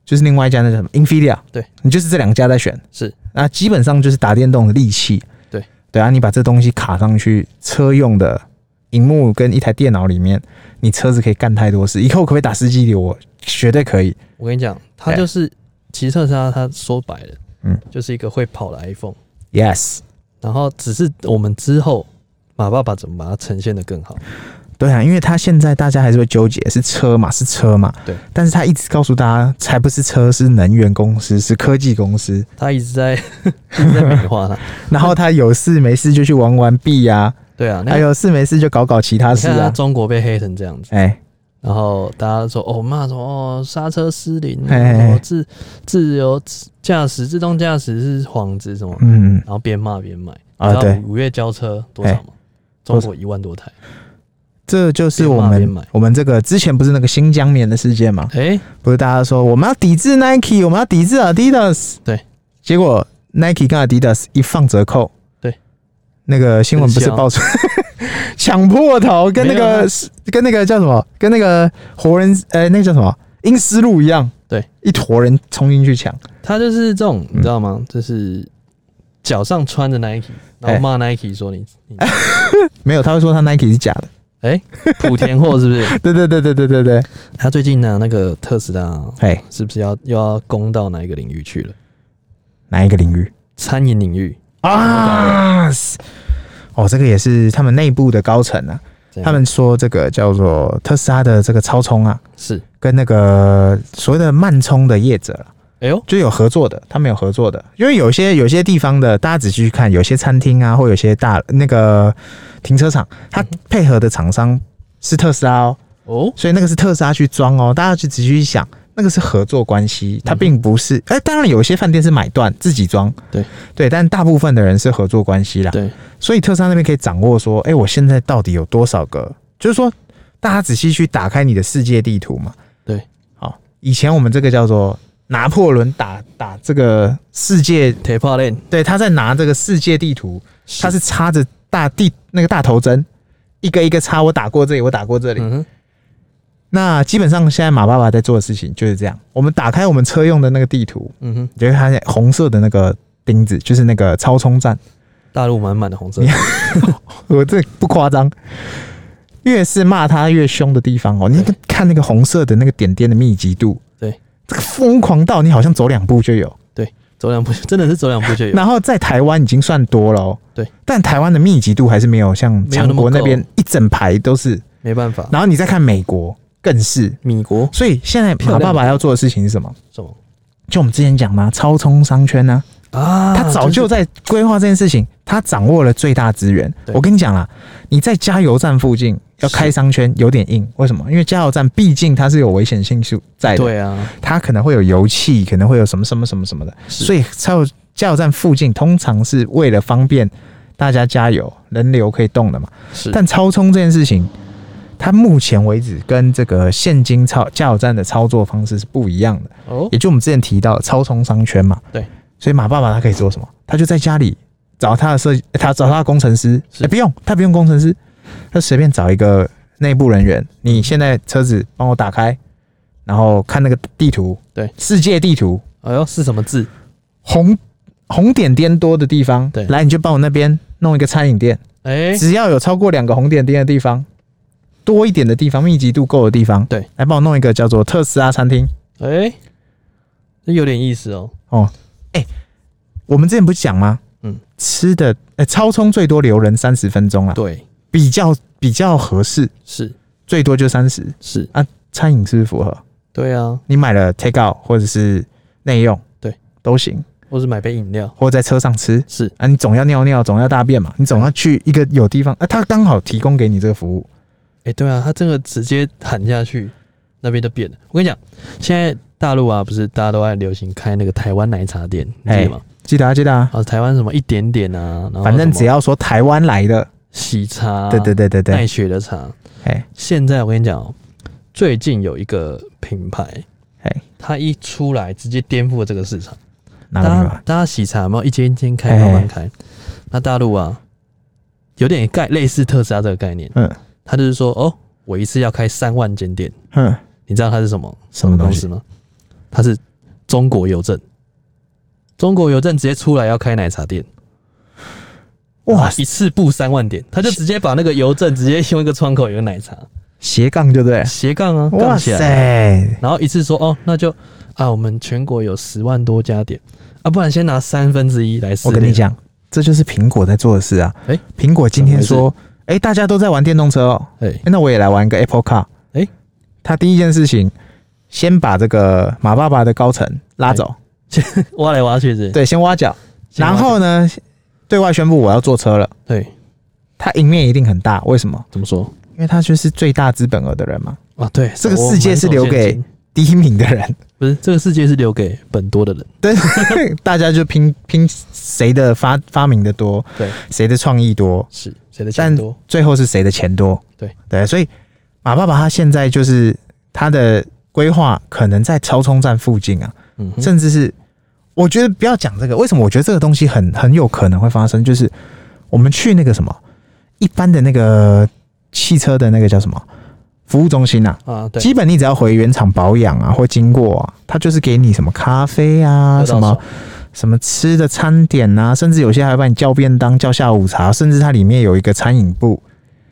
Speaker 1: 就是另外一家那叫什么 Nvidia，
Speaker 2: 对
Speaker 1: 你就是这两家在选，
Speaker 2: 是
Speaker 1: 那基本上就是打电动的利器。
Speaker 2: 对
Speaker 1: 对啊，你把这东西卡上去，车用的荧幕跟一台电脑里面，你车子可以干太多事。以后可不可以打司机流？我绝对可以。
Speaker 2: 我跟你讲，它
Speaker 1: 哎
Speaker 2: 就是骑特斯拉，它说白了，
Speaker 1: 嗯
Speaker 2: 嗯，就是一个会跑的 iPhone，
Speaker 1: Yes，
Speaker 2: 然后只是我们之后马爸爸怎么把它呈现的更好，
Speaker 1: 对啊，因为他现在大家还是会纠结是车嘛，是车嘛。
Speaker 2: 对，
Speaker 1: 但是他一直告诉大家，才不是车，是能源公司，是科技公司。
Speaker 2: 他一直在 <laughs> 一直在美化它，
Speaker 1: 然后他有事没事就去玩玩币呀、
Speaker 2: 对啊，那
Speaker 1: 还
Speaker 2: 个
Speaker 1: 有事没事就搞搞其他
Speaker 2: 你
Speaker 1: 事
Speaker 2: 看他
Speaker 1: 啊。
Speaker 2: 中国被黑成这样子。
Speaker 1: 哎，
Speaker 2: 然后大家说哦骂什么哦刹车失灵啊，
Speaker 1: 嘿嘿嘿
Speaker 2: 什么自自由驾驶、自动驾驶是幌子什么，
Speaker 1: 嗯，
Speaker 2: 然后边骂边买。
Speaker 1: 啊
Speaker 2: 你知道
Speaker 1: 对
Speaker 2: 五月交车多少吗？
Speaker 1: 多
Speaker 2: 中
Speaker 1: 少
Speaker 2: 国一万多台，
Speaker 1: 这就是我
Speaker 2: 边骂边
Speaker 1: 们
Speaker 2: 买
Speaker 1: 我们这个之前不是那个新疆棉的事件嘛？
Speaker 2: 哎、
Speaker 1: 不是大家说我们要抵制 Nike，我们要抵制 Adidas，
Speaker 2: 对，
Speaker 1: 结果 Nike 跟 Adidas 一放折扣，
Speaker 2: 对，
Speaker 1: 那个新闻不是
Speaker 2: 真香
Speaker 1: 爆出 <laughs> 抢破头，跟那
Speaker 2: 没有啊
Speaker 1: 个跟那个叫什么，跟那个活人呃，那个叫什么阴丝路一样，
Speaker 2: 对，
Speaker 1: 一坨人冲进去抢，
Speaker 2: 他就是这种，你知道吗？就是脚上穿着 Nike，然后骂 Nike 说你你
Speaker 1: 没有，他会说他 Nike 是假的，
Speaker 2: <laughs> 哎、莆田货是不是？
Speaker 1: 对对对对对对对，
Speaker 2: 他最近呢、那个特斯拉啊
Speaker 1: 哎，
Speaker 2: 是不是要又要攻到哪一个领域去了？
Speaker 1: 哪一个领域
Speaker 2: 餐饮领域，
Speaker 1: 啊？是哦，这个也是他们内部的高层啊，
Speaker 2: 这样
Speaker 1: 他们说这个叫做特斯拉的这个超充啊，
Speaker 2: 是
Speaker 1: 跟那个所谓的慢充的业者啦
Speaker 2: 哎呦，
Speaker 1: 就有合作的，他们有合作的，因为有些有些地方的，大家仔细去看，有些餐厅啊，或有些大那个停车场，它配合的厂商是特斯拉哦，
Speaker 2: 哦，
Speaker 1: 所以那个是特斯拉去装哦，大家去仔细去想，那个是合作关系，它并不是，哎、当然有一些饭店是买断自己装，
Speaker 2: 对
Speaker 1: 对，但大部分的人是合作关系啦，
Speaker 2: 对，
Speaker 1: 所以特斯拉那边可以掌握说，哎、我现在到底有多少个？就是说，大家仔细去打开你的世界地图嘛。
Speaker 2: 对，
Speaker 1: 好，以前我们这个叫做拿破仑打打这个世界，
Speaker 2: 铁炮链，
Speaker 1: 对，他在拿这个世界地图，他
Speaker 2: 是
Speaker 1: 是插着大地那个大头针，一个一个插，我打过这里，我打过这里。
Speaker 2: 嗯哼，
Speaker 1: 那基本上现在马爸爸在做的事情就是这样，我们打开我们车用的那个地图，
Speaker 2: 嗯哼，
Speaker 1: 你就会发现红色的那个钉子就是那个超充站。
Speaker 2: 大陆满满的红色，
Speaker 1: 我这不夸张，越是骂他越凶的地方哦，你
Speaker 2: 对
Speaker 1: 看那个红色的那个点点的密集度，
Speaker 2: 对，
Speaker 1: 这个疯狂到你好像走两步就有。
Speaker 2: 对，走两步就真的是走两步 <laughs> 就有，
Speaker 1: 然后在台湾已经算多了哦，
Speaker 2: 对，
Speaker 1: 但台湾的密集度还是没有像
Speaker 2: 没有那
Speaker 1: 韩
Speaker 2: 么
Speaker 1: 国那
Speaker 2: 够
Speaker 1: 边一整排都是。
Speaker 2: 没办法，
Speaker 1: 然后你再看美国更是，
Speaker 2: 米国
Speaker 1: 所以现在
Speaker 2: 漂
Speaker 1: 马
Speaker 2: 亮
Speaker 1: 爸爸要做的事情是什么？
Speaker 2: 什么
Speaker 1: 就我们之前讲嘛，超充商圈呢、
Speaker 2: 啊？
Speaker 1: 他早就是在规划这件事情，他掌握了最大资源。
Speaker 2: 对
Speaker 1: 我跟你讲啦，你在加油站附近要开商圈有点硬，为什么？因为加油站毕竟它是有危险性素在的，
Speaker 2: 对啊，
Speaker 1: 它可能会有油气，可能会有什么什么什么什么的，
Speaker 2: 是
Speaker 1: 所以加油加油站附近通常是为了方便大家加油，人流可以动的嘛。
Speaker 2: 是，
Speaker 1: 但超充这件事情，它目前为止跟这个现金操加油站的操作方式是不一样的。
Speaker 2: 哦，
Speaker 1: 也就我们之前提到的超充商圈嘛，
Speaker 2: 对，
Speaker 1: 所以马爸爸他可以做什么？他就在家里找他的设计，他找他的工程师，哎、
Speaker 2: 是
Speaker 1: 不用，他不用工程师，他随便找一个内部人员，你现在车子帮我打开，然后看那个地图，
Speaker 2: 对，
Speaker 1: 世界地图，
Speaker 2: 哎呦，是什么字？
Speaker 1: 红红点点多的地方，
Speaker 2: 对
Speaker 1: 来你就帮我那边弄一个餐饮店，
Speaker 2: 哎，
Speaker 1: 只要有超过两个红点点的地方。多一点的地方，密集度够的地方，
Speaker 2: 对，
Speaker 1: 来帮我弄一个叫做特斯拉餐厅，
Speaker 2: 哎、这有点意思哦。
Speaker 1: 哦，哎、我们之前不是讲吗？
Speaker 2: 嗯，
Speaker 1: 吃的，哎、超充最多留人三十分钟啦，啊
Speaker 2: 对，
Speaker 1: 比较比较合适，
Speaker 2: 是
Speaker 1: 最多就三十。
Speaker 2: 是，
Speaker 1: 餐饮是不是符合？
Speaker 2: 对啊，
Speaker 1: 你买了 take out 或者是内用，
Speaker 2: 对，
Speaker 1: 都行，
Speaker 2: 或是买杯饮料，
Speaker 1: 或者在车上吃。
Speaker 2: 是
Speaker 1: 啊，你总要尿尿，总要大便嘛，你总要去一个有地方，啊，他刚好提供给你这个服务，
Speaker 2: 哎、对啊，他这个直接喊下去，那边就变了。我跟你讲，现在大陆啊，不是大家都爱流行开那个台湾奶茶店，你记
Speaker 1: 哎
Speaker 2: 得吗？
Speaker 1: 记得啊，记得啊，
Speaker 2: 啊，台湾什么一点点啊，然啊后
Speaker 1: 反正
Speaker 2: 什么
Speaker 1: 只要说台湾来的，
Speaker 2: 喜茶、
Speaker 1: 对对对对
Speaker 2: 奈
Speaker 1: 对，
Speaker 2: 雪的茶。
Speaker 1: 哎，
Speaker 2: 现在我跟你讲、哦，最近有一个品牌，
Speaker 1: 哎，
Speaker 2: 它一出来直接颠覆了这个市场。
Speaker 1: 哪个
Speaker 2: 大
Speaker 1: 地
Speaker 2: 家
Speaker 1: 方？
Speaker 2: 大家喜茶有没有一间一间开，
Speaker 1: 哎
Speaker 2: 慢慢开？那大陆啊，有点概类似特斯拉这个概念，
Speaker 1: 嗯
Speaker 2: 他就是说，哦，我一次要开三万间店，
Speaker 1: 哼，
Speaker 2: 你知道它是什么
Speaker 1: 什么东
Speaker 2: 公
Speaker 1: 西
Speaker 2: 司？吗？它是中国邮政，中国邮政直接出来要开奶茶店，
Speaker 1: 哇
Speaker 2: 然后，一次布三万点，他就直接把那个邮政直接用一个窗口有个奶茶
Speaker 1: 斜杠就对了，
Speaker 2: 斜杠啊，
Speaker 1: 哎哇
Speaker 2: 杠起来，
Speaker 1: 塞，
Speaker 2: 然后一次说，哦，那就啊，我们全国有十万多家店啊，不然先拿三分之一来试。
Speaker 1: 我跟你，讲，这就是苹果在做的事啊。
Speaker 2: 哎
Speaker 1: 苹果今天说，哎、大家都在玩电动车哦，
Speaker 2: 哎、
Speaker 1: 诶那我也来玩个 Apple Car。
Speaker 2: 哎
Speaker 1: 他第一件事情，先把这个马爸爸的高层拉走，
Speaker 2: 挖来挖去是不是
Speaker 1: 对，先挖角，
Speaker 2: 先挖
Speaker 1: 然
Speaker 2: 角
Speaker 1: 后呢，对外宣布我要做车了。
Speaker 2: 对，
Speaker 1: 他赢面一定很大，为什么？
Speaker 2: 怎么说
Speaker 1: 因为他就是最大资本额的人嘛，
Speaker 2: 啊？对，
Speaker 1: 这个
Speaker 2: 手握
Speaker 1: 世界是
Speaker 2: 满手
Speaker 1: 留
Speaker 2: 现
Speaker 1: 给
Speaker 2: 金
Speaker 1: 第一名的人， <laughs>
Speaker 2: 不是这个世界是留给本多的人，
Speaker 1: 对，大家就拼拼谁的发发明的多，
Speaker 2: 对，
Speaker 1: 谁的创意多，
Speaker 2: 是谁的
Speaker 1: 但
Speaker 2: 钱多？
Speaker 1: 最后是谁的钱多？
Speaker 2: 对
Speaker 1: 对，所以马爸爸他现在就是他的规划可能在超充站附近啊，
Speaker 2: 嗯哼，
Speaker 1: 甚至是我觉得不要讲这个，为什么？我觉得这个东西很很有可能会发生，就是我们去那个什么一般的那个汽车的那个叫什么服务中心啊，
Speaker 2: 啊，对，
Speaker 1: 基本你只要回原厂保养啊或经过啊，他就是给你什么咖啡啊
Speaker 2: 喝
Speaker 1: 什
Speaker 2: 到
Speaker 1: 么
Speaker 2: 手。
Speaker 1: 什么吃的餐点啊，甚至有些还帮你叫便当、叫下午茶，甚至它里面有一个餐饮部。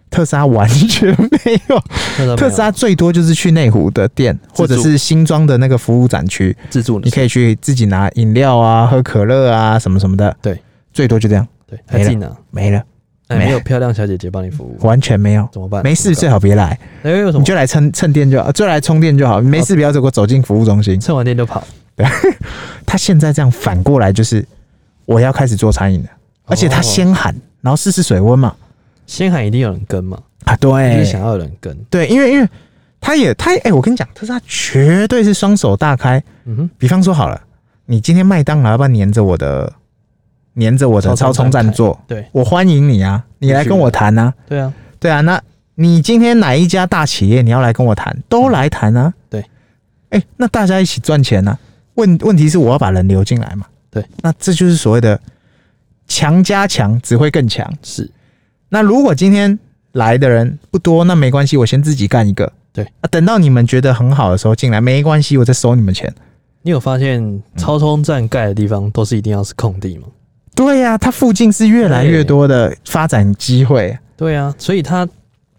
Speaker 1: 特斯拉完全没有，
Speaker 2: 那倒没
Speaker 1: 特
Speaker 2: 有
Speaker 1: 斯拉最多就是去内湖的店，
Speaker 2: 助嗯
Speaker 1: 或者是新庄的那个服务展区，
Speaker 2: 自助的，
Speaker 1: 你可以去自己拿饮料啊、喝可乐啊什么什么的。
Speaker 2: 对，
Speaker 1: 最多就这样，
Speaker 2: 对，还自己拿，
Speaker 1: 没了，
Speaker 2: 哎，
Speaker 1: 没
Speaker 2: 没有漂亮小姐姐帮你服务，
Speaker 1: 完全没有。
Speaker 2: 怎么办？
Speaker 1: 没事，最
Speaker 2: 好，
Speaker 1: 好别来，
Speaker 2: 哎，为什
Speaker 1: 你
Speaker 2: 么？
Speaker 1: 就来蹭蹭电就好，就来充电就好。没事，不要走过走进服务中心。
Speaker 2: 蹭完店就跑，
Speaker 1: 他现在这样反过来就是，我要开始做餐饮了，而且他
Speaker 2: 哦
Speaker 1: 先喊，然后试试水温嘛。
Speaker 2: 先喊一定有人跟嘛，
Speaker 1: 啊，
Speaker 2: 就是
Speaker 1: 对
Speaker 2: 想要有人跟，
Speaker 1: 对，因为因为他也他也哎、我跟你讲，特斯拉绝对是双手大开。
Speaker 2: 嗯哼，
Speaker 1: 比方说好了，你今天麦当劳要不要黏着我的，黏着我的超
Speaker 2: 超充
Speaker 1: 充站
Speaker 2: 站
Speaker 1: 坐？
Speaker 2: 对
Speaker 1: 我欢迎你啊，你来跟我谈啊。
Speaker 2: 对啊，
Speaker 1: 对啊，那你今天哪一家大企业你要来跟我谈，都来谈啊。
Speaker 2: 嗯对，
Speaker 1: 哎、那大家一起赚钱啊。问问题是我要把人留进来嘛？
Speaker 2: 对，
Speaker 1: 那这就是所谓的强加强只会更强。
Speaker 2: 是
Speaker 1: 那如果今天来的人不多，那没关系，我先自己干一个。
Speaker 2: 对
Speaker 1: 啊，等到你们觉得很好的时候进来，没关系，我再收你们钱。
Speaker 2: 你有发现超充站盖的地方都是一定要是空地吗？
Speaker 1: 对呀、它附近是越来越多的发展机会。
Speaker 2: 对啊，所以它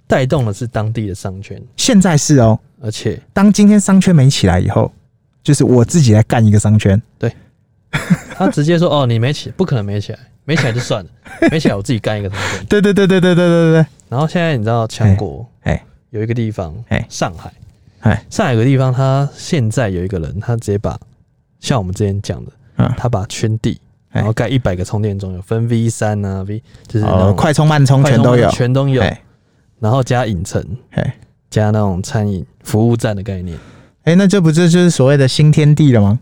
Speaker 2: 带动的是当地的商圈，
Speaker 1: 现在是哦，
Speaker 2: 而且
Speaker 1: 当今天商圈没起来以后，就是我自己来干一个商圈。
Speaker 2: 他直接说：“ <laughs> 哦，你没起，不可能没起来，没起来就 <laughs> 算了，没起来我自己干一个同学。
Speaker 1: 对对对对对对对对，”
Speaker 2: 然后现在你知道强国
Speaker 1: 哎
Speaker 2: 有一个地方
Speaker 1: 哎，
Speaker 2: 上海，
Speaker 1: 哎，
Speaker 2: 上海有个地方，他现在有一个人，他直接把像我们之前讲的，
Speaker 1: 嗯
Speaker 2: 他把圈地，
Speaker 1: 哎
Speaker 2: 然后盖一百个充电桩，有分 V 三啊 V，就是那
Speaker 1: 哦，
Speaker 2: 种
Speaker 1: 快充慢充
Speaker 2: 快
Speaker 1: 全
Speaker 2: 充
Speaker 1: 都有。
Speaker 2: 全都有，
Speaker 1: 哎
Speaker 2: 然后加影城，
Speaker 1: 哎
Speaker 2: 加那种餐饮服务站的
Speaker 1: <laughs>
Speaker 2: 概念。
Speaker 1: 哎，那这不这就是所谓的新天地了吗？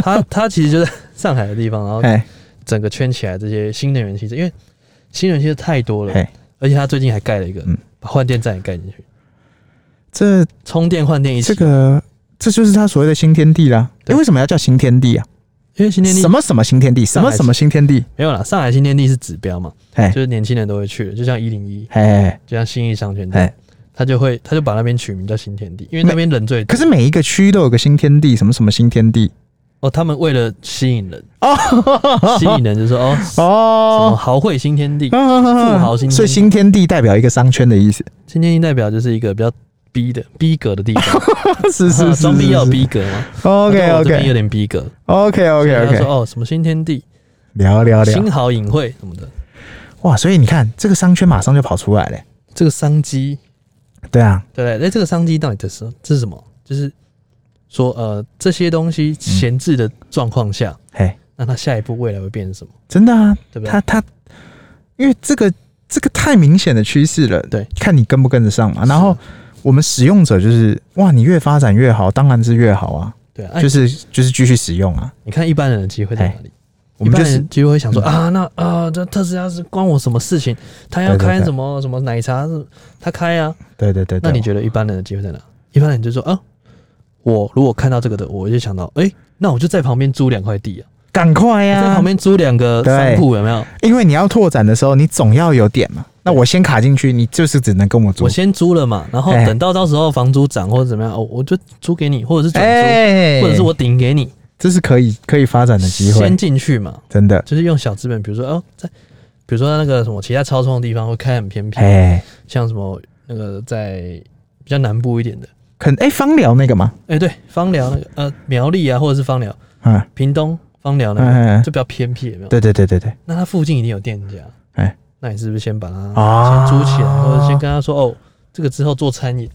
Speaker 2: 他他其实就在上海的地方，然后
Speaker 1: 哎
Speaker 2: 整个圈起来这些新能源汽车，因为新能源汽车太多了，
Speaker 1: 哎，
Speaker 2: 而且他最近还盖了一个，
Speaker 1: 嗯
Speaker 2: 把换电站也盖进去，
Speaker 1: 这
Speaker 2: 充电换电一起。
Speaker 1: 这个这就是他所谓的新天地啦。哎，
Speaker 2: 对
Speaker 1: 为什么要叫新天地啊？
Speaker 2: 因为新天地
Speaker 1: 什么什么新天地，什
Speaker 2: 上
Speaker 1: 么
Speaker 2: 海
Speaker 1: 什么新天地？
Speaker 2: 没有啦，上海新天地是指标嘛，
Speaker 1: 哎
Speaker 2: 就是年轻人都会去的，就像一零一，
Speaker 1: 哎，
Speaker 2: 就像新义商圈
Speaker 1: 哎
Speaker 2: 站，他就会他就把那边取名叫新天地，因为那边人最多。
Speaker 1: 可是每一个区都有个新天地，什么什么新天地
Speaker 2: 哦，他们为了吸引人，
Speaker 1: 哦
Speaker 2: 吸引人就说哦，什么
Speaker 1: 哦，
Speaker 2: 豪会新天地，
Speaker 1: 富
Speaker 2: 富豪新天地
Speaker 1: 所以新天地代表一个商圈的意
Speaker 2: <laughs>
Speaker 1: 思，
Speaker 2: 新天地代表就是一个比较逼的逼格的地方，
Speaker 1: 是 <laughs> 是
Speaker 2: 啊
Speaker 1: 是，
Speaker 2: 装逼要有逼格嘛。
Speaker 1: OK
Speaker 2: 啊对我这边有
Speaker 1: OK
Speaker 2: 点逼格
Speaker 1: OK
Speaker 2: 所
Speaker 1: OK
Speaker 2: 以他说
Speaker 1: OK，
Speaker 2: 哦，什么新天地、
Speaker 1: 聊聊聊
Speaker 2: 新，豪影会什么的，
Speaker 1: 哇，所以你看这个商圈马上就跑出来了，
Speaker 2: 这个商机
Speaker 1: 对啊，
Speaker 2: 对不对？那这个商机到底这是这是什么？就是说，呃，这些东西闲置的状况下，
Speaker 1: 嘿，
Speaker 2: 那它下一步未来会变成什么？
Speaker 1: 真的啊，
Speaker 2: 对不对？
Speaker 1: 他他，因为这个这个太明显的趋势了，
Speaker 2: 对，
Speaker 1: 看你跟不跟得上嘛，
Speaker 2: 是
Speaker 1: 然后。我们使用者就是哇，你越发展越好，当然是越好啊，
Speaker 2: 对啊，哎
Speaker 1: 就是就是继续使用啊。
Speaker 2: 你看一般人的机会在哪里？
Speaker 1: 哎我们
Speaker 2: 一
Speaker 1: 就
Speaker 2: 般
Speaker 1: 是
Speaker 2: 人机会会想说、
Speaker 1: 嗯
Speaker 2: 啊，那啊，这特斯拉是关我什么事情？他要
Speaker 1: 对对
Speaker 2: 开
Speaker 1: 对
Speaker 2: 什么什么奶茶，他开啊。
Speaker 1: 对对对对，
Speaker 2: 那你觉得一般人的机会在哪？一般人就说啊，我如果看到这个的，我就想到，哎、那我就在旁边租两块地啊，
Speaker 1: 赶快呀、
Speaker 2: 我在旁边租两个
Speaker 1: 对
Speaker 2: 商铺有没有？
Speaker 1: 因为你要拓展的时候，你总要有点嘛。那我先卡进去，你就是只能跟我租
Speaker 2: 我。先租了嘛，然后
Speaker 1: 哎
Speaker 2: 等到到时候房租涨或者怎么样，哦，我就租给你，或者是转租，
Speaker 1: 哎
Speaker 2: 或者是我顶给你，
Speaker 1: 这是可以可以发展的机会
Speaker 2: 先，进去嘛，
Speaker 1: 真的。
Speaker 2: 就是用小资本，比如说哦，在比如说那个什么其他超充的地方会开很偏僻，
Speaker 1: 哎，
Speaker 2: 像什么那个在比较南部一点的，
Speaker 1: 肯哎芳疗那个嘛，
Speaker 2: 哎、对，芳寮那个呃苗栗啊，或者是芳寮、
Speaker 1: 嗯，
Speaker 2: 屏东、芳寮那个、
Speaker 1: 哎哎哎
Speaker 2: 就比较偏僻，有没有？
Speaker 1: 对对对对对，
Speaker 2: 那它附近一定有店家，
Speaker 1: 哎，
Speaker 2: 那你是不是先把它
Speaker 1: 啊
Speaker 2: 先租起来，或者先跟他说哦，这个之后做餐饮，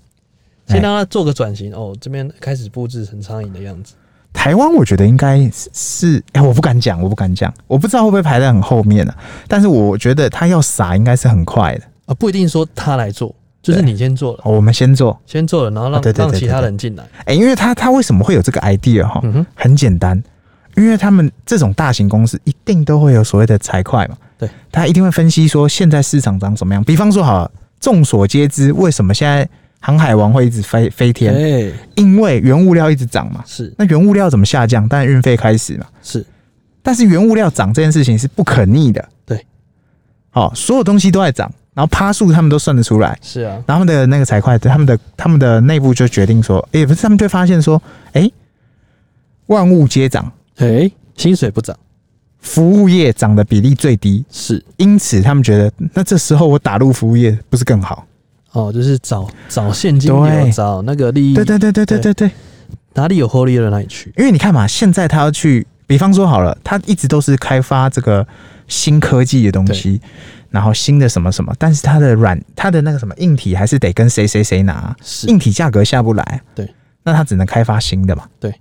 Speaker 2: 先
Speaker 1: 哎
Speaker 2: 让他做个转型，哦，这边开始布置成餐饮的样子，
Speaker 1: 台湾我觉得应该是是，哎、我不敢讲，我不敢讲，我不知道会不会排在很后面呢、啊。但是我觉得他要撒应该是很快的。
Speaker 2: 啊，不一定说他来做，就是
Speaker 1: 对
Speaker 2: 你先做了，
Speaker 1: 哦我们先做，
Speaker 2: 先做了，然后让
Speaker 1: 啊对对
Speaker 2: 让
Speaker 1: 对
Speaker 2: 其
Speaker 1: 对
Speaker 2: 他
Speaker 1: 对
Speaker 2: 人进来，
Speaker 1: 哎、因为他他为什么会有这个 idea 哈？
Speaker 2: 嗯哼，
Speaker 1: 很简单，因为他们这种大型公司一定都会有所谓的财会嘛，
Speaker 2: 对，
Speaker 1: 他一定会分析说现在市场长什么样。比方说，好了，众所皆知，为什么现在航海王会一直飞飞天？
Speaker 2: 对，
Speaker 1: 因为原物料一直涨嘛。
Speaker 2: 是
Speaker 1: 那原物料怎么下降？当然运费开始嘛。
Speaker 2: 是，
Speaker 1: 但是原物料涨这件事情是不可逆的。
Speaker 2: 对，
Speaker 1: 好、所有东西都在涨，然后趴数他们都算得出来，
Speaker 2: 是啊，
Speaker 1: 然后他们的那个财会，他们的他们的内部就决定说，也、不是他们就发现说，哎、万物皆涨，
Speaker 2: 哎、薪水不涨，
Speaker 1: 服务业涨的比例最低，
Speaker 2: 是
Speaker 1: 因此他们觉得，那这时候我打入服务业不是更好？
Speaker 2: 哦，就是找找现金流，
Speaker 1: 对
Speaker 2: 找那个利益，
Speaker 1: 对对对对对对对，
Speaker 2: 哪里有获利就哪里去，
Speaker 1: 因为你看嘛，现在他要去，比方说好了，他一直都是开发这个新科技的东西，然后新的什么什么，但是他的软，他的那个什么硬体还是得跟谁谁谁拿，
Speaker 2: 是
Speaker 1: 硬体价格下不来，
Speaker 2: 对，
Speaker 1: 那他只能开发新的嘛，
Speaker 2: 对。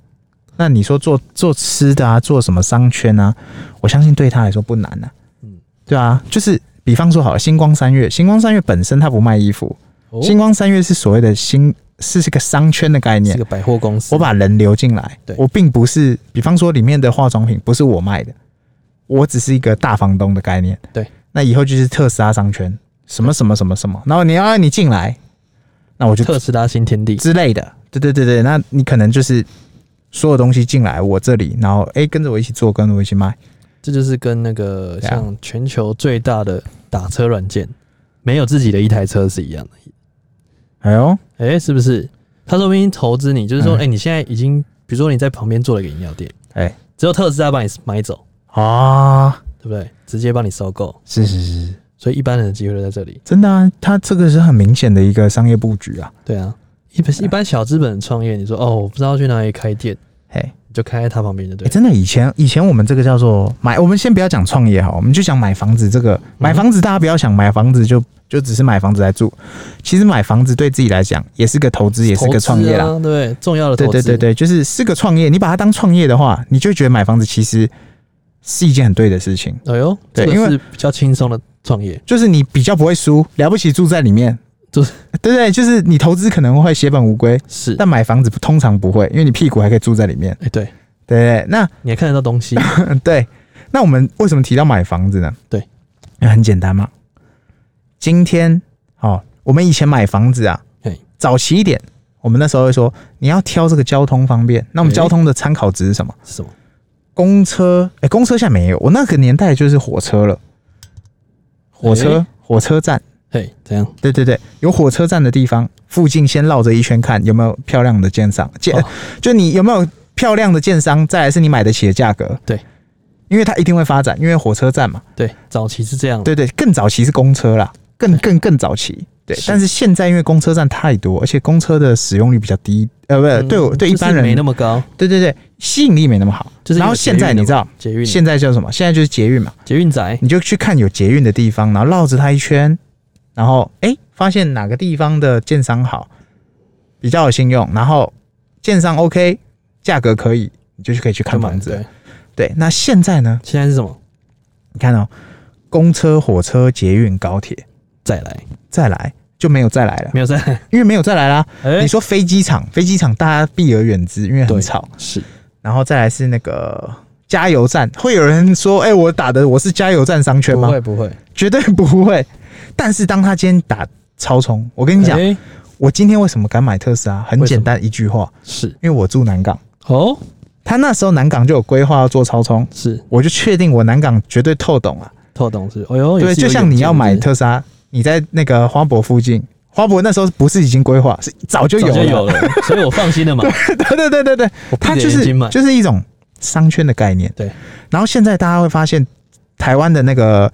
Speaker 1: 那你说做做吃的啊，做什么商圈啊，我相信对他来说不难啊，
Speaker 2: 嗯
Speaker 1: 嗯，对啊，就是比方说好了，星光三月，星光三月本身它不卖衣服，
Speaker 2: 哦
Speaker 1: 星光三月是所谓的新是这个商圈的概念
Speaker 2: 是，个百货公司，
Speaker 1: 我把人流进来
Speaker 2: 对，
Speaker 1: 我并不是，比方说里面的化妆品不是我卖的，我只是一个大房东的概念。
Speaker 2: 对，
Speaker 1: 那以后就是特斯拉商圈，什么什么什么什么，然后你要让你进来，那我就
Speaker 2: 特斯拉新天地，
Speaker 1: 之类的，对对对对，那你可能就是所有东西进来我这里，然后诶跟着我一起做，跟着我一起卖，
Speaker 2: 这就是跟那个
Speaker 1: 对啊
Speaker 2: 像全球最大的打车软件没有自己的一台车是一样的，
Speaker 1: 哎呦，
Speaker 2: 哎、是不是？他说不定投资你，就是说，哎、
Speaker 1: 嗯
Speaker 2: 你现在已经，比如说你在旁边做了一个饮料店，
Speaker 1: 哎
Speaker 2: 只有特斯拉把你买走，
Speaker 1: 啊，
Speaker 2: 对不对？直接帮你收购，
Speaker 1: 是是是，
Speaker 2: 所以一般人的机会都在这里。
Speaker 1: 真的啊，它这个是很明显的一个商业布局啊，
Speaker 2: 对啊，一般一般小资本创业，你说哦，我不知道去哪里开店，
Speaker 1: 嘿。
Speaker 2: 你就开在他旁边就对
Speaker 1: 欸、
Speaker 2: 了。
Speaker 1: 真的，以前以前我们这个叫做买，我们先不要讲创业哈，我们就讲买房子这
Speaker 2: 嗯
Speaker 1: 个买房子，大家不要想买房子就就只是买房子来住，其实买房子对自己来讲也是个投资，也是个创业啦。
Speaker 2: 投资啊，对，重要的
Speaker 1: 对
Speaker 2: 投资，
Speaker 1: 对对对，就是是个创业，你把它当创业的话，你就会觉得买房子其实是一件很对的事情，
Speaker 2: 对，哎呦，
Speaker 1: 对
Speaker 2: 这
Speaker 1: 因
Speaker 2: 个
Speaker 1: 为
Speaker 2: 是比较轻松的创业，
Speaker 1: 就是你比较不会输，了不起住在里面，
Speaker 2: 就是
Speaker 1: 对对，就是你投资可能会血本无归，
Speaker 2: 是，
Speaker 1: 但买房子不通常不会，因为你屁股还可以住在里面，
Speaker 2: 哎、对，
Speaker 1: 对对对，那
Speaker 2: 你还看得到东西，
Speaker 1: <laughs> 嗯，对。那我们为什么提到买房子呢？
Speaker 2: 对，
Speaker 1: 因为很简单嘛。今天哦，我们以前买房子啊
Speaker 2: 嘿，
Speaker 1: 早期一点，我们那时候会说你要挑这个交通方便。那我们
Speaker 2: 诶
Speaker 1: 交通的参考值是什么？
Speaker 2: 是什么？
Speaker 1: 公车？哎、公车现在没有，我那个年代就是火车了。火车，
Speaker 2: 诶
Speaker 1: 火车站，
Speaker 2: 嘿，怎样？
Speaker 1: 对对对，有火车站的地方附近先绕着一圈看有没有漂亮的建商，建、
Speaker 2: 哦
Speaker 1: 就你有没有漂亮的建商，再来是你买得起的价格。
Speaker 2: 对，
Speaker 1: 因为它一定会发展，因为火车站嘛。
Speaker 2: 对，早期是这样，
Speaker 1: 对对，更早期是公车啦，更更更早期。对
Speaker 2: 是，
Speaker 1: 但是现在因为公车站太多，而且公车的使用率比较低，呃，不是
Speaker 2: 嗯，
Speaker 1: 对我对一
Speaker 2: 就是
Speaker 1: 般人
Speaker 2: 没那么高，
Speaker 1: 对对对，吸引力没那么好。
Speaker 2: 就是
Speaker 1: 然后
Speaker 2: 有捷
Speaker 1: 现在
Speaker 2: 运的
Speaker 1: 你知道，
Speaker 2: 捷运
Speaker 1: 现在叫什么？现在就是捷运嘛，
Speaker 2: 捷运宅
Speaker 1: 你就去看有捷运的地方，然后绕着它一圈，然后哎、诶发现哪个地方的建商好，比较有信用，然后建商 OK，价格可以，你就去可以去看
Speaker 2: 就买
Speaker 1: 房子了。
Speaker 2: 对，
Speaker 1: 对，那现在呢？
Speaker 2: 现在是什么？
Speaker 1: 你看哦，公车、火车、捷运、高铁，
Speaker 2: 再来，
Speaker 1: 再来就没有再来了，
Speaker 2: 没有再
Speaker 1: <laughs>
Speaker 2: 来。
Speaker 1: 因为没有再来啦。
Speaker 2: 哎、
Speaker 1: 你说飞机场，飞机场大家避而远之，因为很
Speaker 2: 对
Speaker 1: 吵。
Speaker 2: 是
Speaker 1: 然后再来是那个加油站，会有人说：“哎、我打的我是加油站商圈
Speaker 2: 不
Speaker 1: 吗
Speaker 2: 会不会。？”
Speaker 1: 绝对不会。但是当他今天打超充，我跟你讲，
Speaker 2: 哎
Speaker 1: 我今天为什么敢买特斯拉？很
Speaker 2: 为什么
Speaker 1: 简单一句话，
Speaker 2: 是
Speaker 1: 因为我住南港，
Speaker 2: 哦，
Speaker 1: 他那时候南港就有规划要做超充，
Speaker 2: 是
Speaker 1: 我就确定我南港绝对透懂啊。
Speaker 2: 透懂是，哎呦，也
Speaker 1: 对，
Speaker 2: 是有
Speaker 1: 就像你要买
Speaker 2: 眼界
Speaker 1: 特斯拉，你在那个花博附近，花博那时候不是已经规划，是早就有
Speaker 2: 早
Speaker 1: 了。
Speaker 2: 就有了，所以我放心了嘛，
Speaker 1: <laughs> 对对对对对，
Speaker 2: 我
Speaker 1: 它
Speaker 2: 闭
Speaker 1: 就
Speaker 2: 着眼
Speaker 1: 是
Speaker 2: 睛买，
Speaker 1: 就是一种商圈的概念。
Speaker 2: 对，
Speaker 1: 然后现在大家会发现，台湾的那个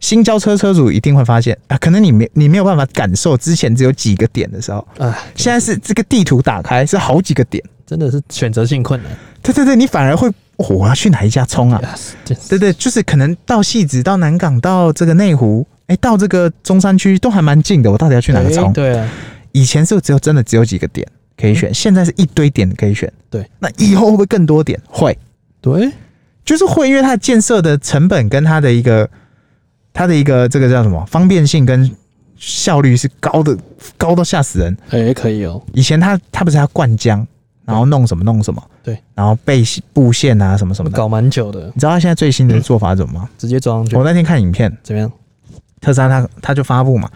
Speaker 1: 新交车车主一定会发现啊，可能你没你没有办法感受之前只有几个点的时候，
Speaker 2: 哎，
Speaker 1: 现在是这个地图打开是好几个点。
Speaker 2: 真的是选择性困难
Speaker 1: 对对对，你反而会、哦我要去哪一家冲啊？
Speaker 2: ，yes，这
Speaker 1: 对对，就是可能到戏子、到南港、到这个内湖，哎、到这个中山区都还蛮近的。我到底要去哪个
Speaker 2: 哎
Speaker 1: 冲？
Speaker 2: 对啊，
Speaker 1: 以前是只有真的只有几个点可以选，现在是一堆点可以选。
Speaker 2: 对，
Speaker 1: 那以后会不会更多点？会，
Speaker 2: 对，
Speaker 1: 就是会，因为它建设的成本跟它的一个它的一个这个叫什么方便性跟效率是高的，高到吓死人。
Speaker 2: 哎，可以哦，
Speaker 1: 以前它它不是要灌浆，然后弄什么弄什么，
Speaker 2: 对，
Speaker 1: 然后被布线啊什么什么的。
Speaker 2: 搞蛮久的，
Speaker 1: 你知道他现在最新的做法是怎么吗？
Speaker 2: 直接装上去
Speaker 1: 我那天看影片，
Speaker 2: 怎么样？
Speaker 1: 特斯拉它它就发布嘛，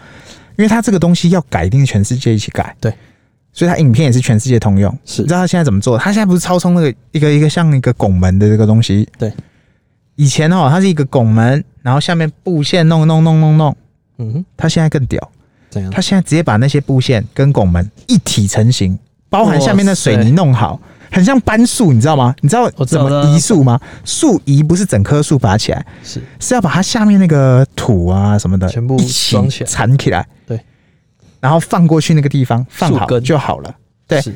Speaker 1: 因为它这个东西要改，一定是全世界一起改。
Speaker 2: 对，
Speaker 1: 所以它影片也是全世界通用。
Speaker 2: 是
Speaker 1: 你知道它现在怎么做？它现在不是超充那个一个一个像一个拱门的这个东西？
Speaker 2: 对，
Speaker 1: 以前哦，它是一个拱门，然后下面布线弄弄弄弄弄，
Speaker 2: 嗯哼，
Speaker 1: 它现在更屌，
Speaker 2: 怎样？
Speaker 1: 它现在直接把那些布线跟拱门一体成型，包含下面的水泥弄好。很像搬树，你知道吗？你知道
Speaker 2: 嗯我知
Speaker 1: 怎
Speaker 2: 道
Speaker 1: 么移树吗？树移不是整棵树拔起来，
Speaker 2: 是
Speaker 1: 是要把它下面那个土啊什么的
Speaker 2: 全部
Speaker 1: 一起
Speaker 2: 装起来
Speaker 1: 缠起来，
Speaker 2: 对，
Speaker 1: 然后放过去那个地方放
Speaker 2: 树
Speaker 1: 好
Speaker 2: 根
Speaker 1: 就好了。对
Speaker 2: 是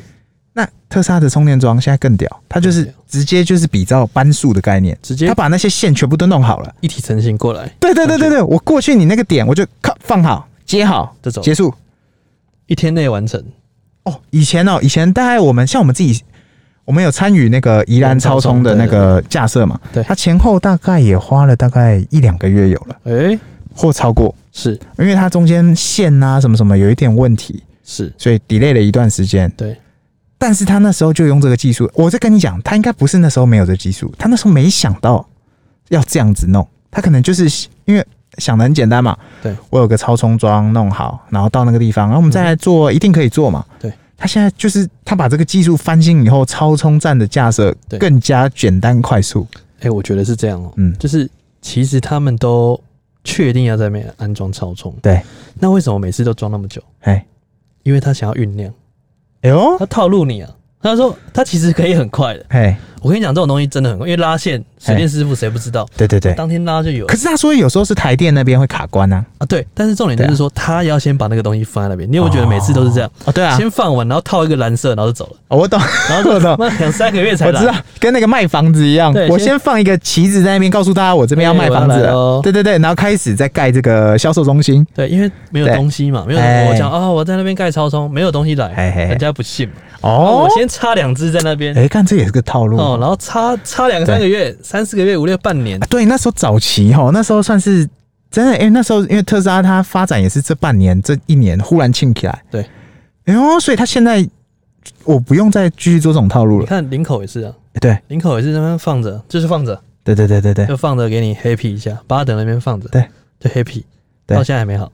Speaker 1: 那特斯拉的充电桩现在更屌，它就
Speaker 2: 更
Speaker 1: 是
Speaker 2: 屌
Speaker 1: 直接就是比照搬树的概念，
Speaker 2: 直接
Speaker 1: 它把那些线全部都弄好了。
Speaker 2: 一体成型过来，
Speaker 1: 对对对对对，我过去你那个点我就咔放好接好
Speaker 2: 这种
Speaker 1: 结束。
Speaker 2: 一天内完成。
Speaker 1: 哦，以前哦，以前大概我们像我们自己，我们有参与那个宜兰超充的那个架设嘛，
Speaker 2: 对
Speaker 1: 它前后大概也花了大概一两个月有了，
Speaker 2: 哎，
Speaker 1: 或超过。
Speaker 2: 是
Speaker 1: 因为它中间线啊什么什么有一点问题，
Speaker 2: 是，
Speaker 1: 所以 delay 了一段时间。
Speaker 2: 对，
Speaker 1: 但是他那时候就用这个技术，我在跟你讲，他应该不是那时候没有这技术，他那时候没想到要这样子弄，他可能就是因为想的很简单嘛。
Speaker 2: 对，
Speaker 1: 我有个超充桩弄好，然后到那个地方，然后我们再来做，一定可以做嘛。
Speaker 2: 对，
Speaker 1: 他现在就是他把这个技术翻新以后，超充站的架设
Speaker 2: 对
Speaker 1: 更加简单快速。
Speaker 2: 哎，我觉得是这样哦，
Speaker 1: 嗯
Speaker 2: 就是其实他们都确定要在那边安装超充，
Speaker 1: 对，
Speaker 2: 那为什么每次都装那么久？
Speaker 1: 哎，
Speaker 2: 因为他想要酝酿，
Speaker 1: 哎呦，
Speaker 2: 他套路你啊。他说他其实可以很快的，
Speaker 1: 哎，
Speaker 2: 我跟你讲，这种东西真的很快，因为拉线水电师傅谁不知道，
Speaker 1: 对对对。
Speaker 2: 当天拉就有了
Speaker 1: 可是他说有时候是台电那边会卡关啊。
Speaker 2: 啊。对，但是重点就
Speaker 1: 对
Speaker 2: 是
Speaker 1: 啊
Speaker 2: 说他要先把那个东西放在那边，你有没有觉得每次都是这样？
Speaker 1: 哦，对啊，
Speaker 2: 先放完，然后套一个蓝色，然后就走了，
Speaker 1: 哦我懂，
Speaker 2: 然
Speaker 1: 我
Speaker 2: 后
Speaker 1: <laughs> 懂
Speaker 2: 他妈两三个月才
Speaker 1: 我
Speaker 2: 来。
Speaker 1: 知道，跟那个卖房子一样
Speaker 2: 对，
Speaker 1: 我
Speaker 2: 先
Speaker 1: 先放一个旗子在那边，告诉大家我这边要卖房子
Speaker 2: 哎我要来
Speaker 1: 了
Speaker 2: 咯。
Speaker 1: 对对对，然后开始在盖这个销售中心。
Speaker 2: 对，因为没有
Speaker 1: 对
Speaker 2: 东西嘛，没有东
Speaker 1: 哎
Speaker 2: 西。我讲哦，我在那边盖超充，没有东西来
Speaker 1: 嘿嘿，嘿
Speaker 2: 人家不信嘛。哦，
Speaker 1: 哦
Speaker 2: 我，先插两只在那边，
Speaker 1: 哎，看这也是个套路啊。
Speaker 2: 哦，然后插插两三个月、三四个月、五六半年，
Speaker 1: 对，那时候早期哈，那时候算是真的，哎，那时候因为特斯拉它发展也是这半年这一年忽然庆起来。
Speaker 2: 对，
Speaker 1: 哎呦，所以它现在我不用再继续做这种套路
Speaker 2: 你
Speaker 1: 了。
Speaker 2: 看林口也是啊，
Speaker 1: 哎对
Speaker 2: 林口也是在那边放着，就是放着，
Speaker 1: 对对对对对，
Speaker 2: 就放着给你 happy 一下，巴等那边放着，
Speaker 1: 对，
Speaker 2: 就 happy，
Speaker 1: 对
Speaker 2: 到现在还没好。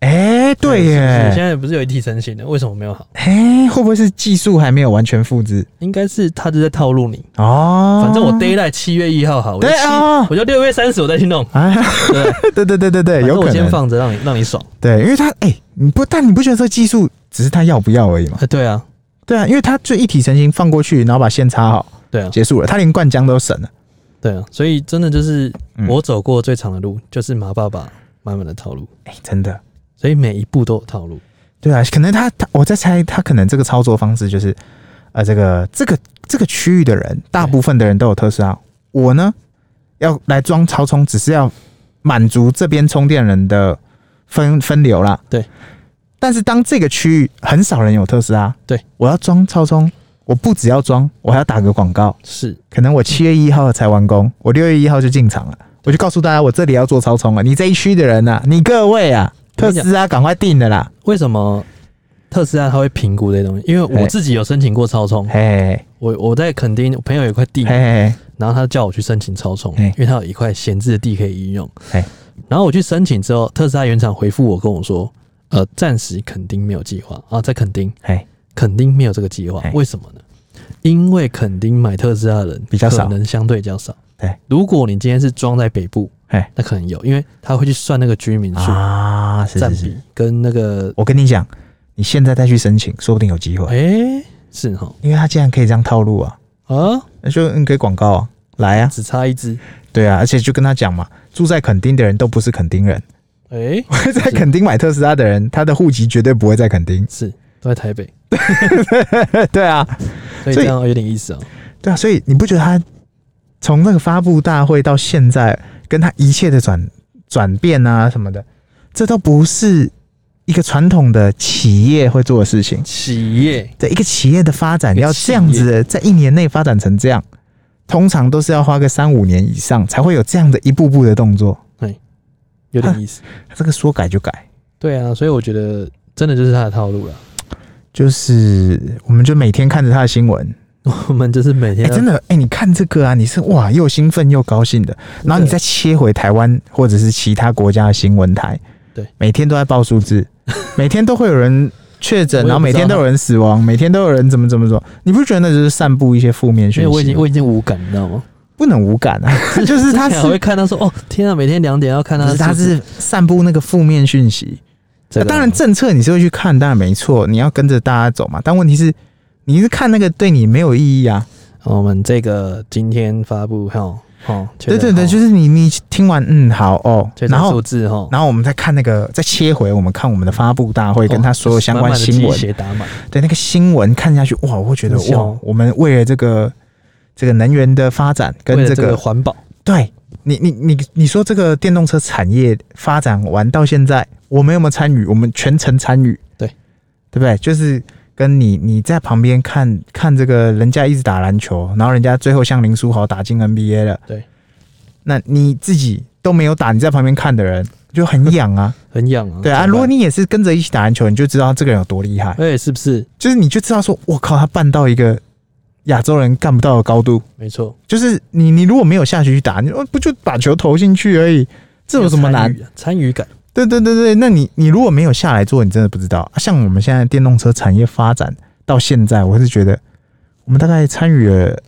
Speaker 1: 哎，对
Speaker 2: 是不是现
Speaker 1: 耶，
Speaker 2: 在不是有一体成型的，为什么没有好？
Speaker 1: 哎，会不会是技术还没有完全复制？
Speaker 2: 应该是他就在套路你。
Speaker 1: 哦，
Speaker 2: 反正我 d a y l i g h t 七月一号好，我就
Speaker 1: 对
Speaker 2: 七
Speaker 1: 啊
Speaker 2: 我就六月三十我再去弄。
Speaker 1: 啊，
Speaker 2: 对，
Speaker 1: <laughs> 对对对对对，
Speaker 2: 反正
Speaker 1: 有
Speaker 2: 我
Speaker 1: 可
Speaker 2: 先
Speaker 1: 能。
Speaker 2: 放着，让你让你爽。
Speaker 1: 对，因为他哎、你不但你不觉得这技术只是他要不要而已吗？
Speaker 2: 哎，对啊，
Speaker 1: 对啊，因为他就一体成型放过去，然后把线插好，
Speaker 2: 对啊，
Speaker 1: 结束了，他连灌浆都省了。
Speaker 2: 对啊，所以真的就是
Speaker 1: 嗯
Speaker 2: 我走过最长的路，就是马爸爸满满的套路，
Speaker 1: 哎、真的，
Speaker 2: 所以每一步都有套路。
Speaker 1: 对啊，可能他他我在猜，他可能这个操作方式就是，呃，这个这个这个区域的人，大部分的人都有特斯拉，我呢要来装超充，只是要满足这边充电人的分分流啦。
Speaker 2: 对，
Speaker 1: 但是当这个区域很少人有特斯拉，
Speaker 2: 对
Speaker 1: 我要装超充，我不只要装，我还要打个广告。
Speaker 2: 是，
Speaker 1: 可能我七月一号才完工，我六月一号就进场了，我就告诉大家我这里要做超充了。你这一区的人呐、啊，你各位啊，
Speaker 2: 我
Speaker 1: 特
Speaker 2: 跟你讲
Speaker 1: 斯拉赶快定了啦！
Speaker 2: 为什么特斯拉它会评估这些东西？因为我
Speaker 1: 嘿
Speaker 2: 自己有申请过超充，
Speaker 1: 嘿
Speaker 2: 我我在垦丁，我朋友有一块地
Speaker 1: 嘿，嘿
Speaker 2: 然后他叫我去申请超充，
Speaker 1: 嘿
Speaker 2: 因为他有一块闲置的地可以移用
Speaker 1: 嘿。
Speaker 2: 然后我去申请之后，特斯拉原厂回复我跟我说，呃，暂时垦丁没有计划啊，在垦丁，
Speaker 1: 嘿，
Speaker 2: 垦丁没有这个计划
Speaker 1: 嘿，
Speaker 2: 为什么呢？因为垦丁买特斯拉的人
Speaker 1: 比较少
Speaker 2: 可能相对较少。
Speaker 1: 对，
Speaker 2: 如果你今天是装在北部，
Speaker 1: 嘿
Speaker 2: 那可能有，因为他会去算那个居民数
Speaker 1: 啊，是
Speaker 2: 占
Speaker 1: 是
Speaker 2: 比
Speaker 1: 是，
Speaker 2: 跟那个，
Speaker 1: 我跟你讲，你现在再去申请，说不定有机会，
Speaker 2: 哎，是哈
Speaker 1: 因为他既然可以这样套路啊，
Speaker 2: 啊，
Speaker 1: 那就嗯给广告啊，来啊，
Speaker 2: 只差一只，
Speaker 1: 对啊，而且就跟他讲嘛，住在垦丁的人都不是垦丁 <laughs> 人，
Speaker 2: 哎，。
Speaker 1: 会在垦丁买特斯拉的人，他的户籍绝对不会在垦丁
Speaker 2: 是都在台北，
Speaker 1: <laughs> 对啊，
Speaker 2: 所
Speaker 1: 所
Speaker 2: 以这
Speaker 1: 以
Speaker 2: 样有点意思啊。
Speaker 1: 对啊，所以你不觉得他从那个发布大会到现在，跟他一切的转转变啊什么的，这都不是一个传统的企业会做的事情。
Speaker 2: 企业
Speaker 1: 对一个企业的发展
Speaker 2: 一个
Speaker 1: 要
Speaker 2: 企
Speaker 1: 这
Speaker 2: 业
Speaker 1: 样子的，在一年内发展成这样，通常都是要花个三五年以上才会有这样的一步步的动作。
Speaker 2: 有
Speaker 1: <laughs>
Speaker 2: 点意思。
Speaker 1: 他这个说改就改，
Speaker 2: 对啊，所以我觉得真的就是他的套路了。
Speaker 1: 就是我们就每天看着他的新闻，
Speaker 2: <laughs> 我们就是每
Speaker 1: 哎、
Speaker 2: 天
Speaker 1: 真的，哎、你看这个啊，你是哇又兴奋又高兴的，然后你再切回台湾或者是其他国家的新闻台，
Speaker 2: 对，
Speaker 1: 每天都在报数 <laughs> 字，每天都会有人确诊，
Speaker 2: 我也不知道
Speaker 1: 然后每天都有人死亡，每天都有人怎么怎么怎么，你不觉得那就是散布一些负面
Speaker 2: 因
Speaker 1: 讯息吗？
Speaker 2: 为我已经我已经无感，你知道吗？
Speaker 1: 不能无 <laughs> 感啊，就是他
Speaker 2: 之前还会
Speaker 1: 是。
Speaker 2: 看到说，哦，天啊，每天两点要看
Speaker 1: 不
Speaker 2: 他
Speaker 1: 是，
Speaker 2: 的数字，
Speaker 1: 他是散布那个负面讯息。
Speaker 2: 这
Speaker 1: 那
Speaker 2: 个
Speaker 1: 当然，政策你是会去看，当然没错，你要跟着大家走嘛。但问题是，你是看那个对你没有意义啊。
Speaker 2: 我们这个今天发布哈，哦，
Speaker 1: 对对对，就是是你你听完，嗯，好哦，然后
Speaker 2: 数字哈，
Speaker 1: 然后我们再看那个，再切回我们看我们的发布大
Speaker 2: 哦
Speaker 1: 会，跟他所有相关新闻，
Speaker 2: 写打满，
Speaker 1: 对那个新闻看下去，哇，我会觉得
Speaker 2: 很像
Speaker 1: 哇，我们为了这个这个能源的发展，跟
Speaker 2: 为了
Speaker 1: 这
Speaker 2: 这个
Speaker 1: 个
Speaker 2: 环保，
Speaker 1: 对你你你你说这个电动车产业发展完到现在，我们有没有参与？我们全程参与，
Speaker 2: 对
Speaker 1: 对不对？就是跟你你在旁边看看这个人家一直打篮球，然后人家最后像林书豪打进 NBA 了，
Speaker 2: 对，
Speaker 1: 那你自己都没有打，你在旁边看的人就很痒
Speaker 2: <laughs>
Speaker 1: 啊。
Speaker 2: 很痒啊。
Speaker 1: 对啊，
Speaker 2: 怎么办
Speaker 1: 如果你也是跟着一起打篮球，你就知道这个人有多厉害，
Speaker 2: 哎，是不是？
Speaker 1: 就是你就知道说，我靠，他办到一个亚洲人干不到的高度。
Speaker 2: 没错，
Speaker 1: 就是你你如果没有下去去打，你哦不就把球投进去而已，这有什么难
Speaker 2: 参？与啊？参与感，
Speaker 1: 对对对对，那你你如果没有下来做，你真的不知道。啊像我们现在电动车产业发展到现在，我是觉得我们大概参与了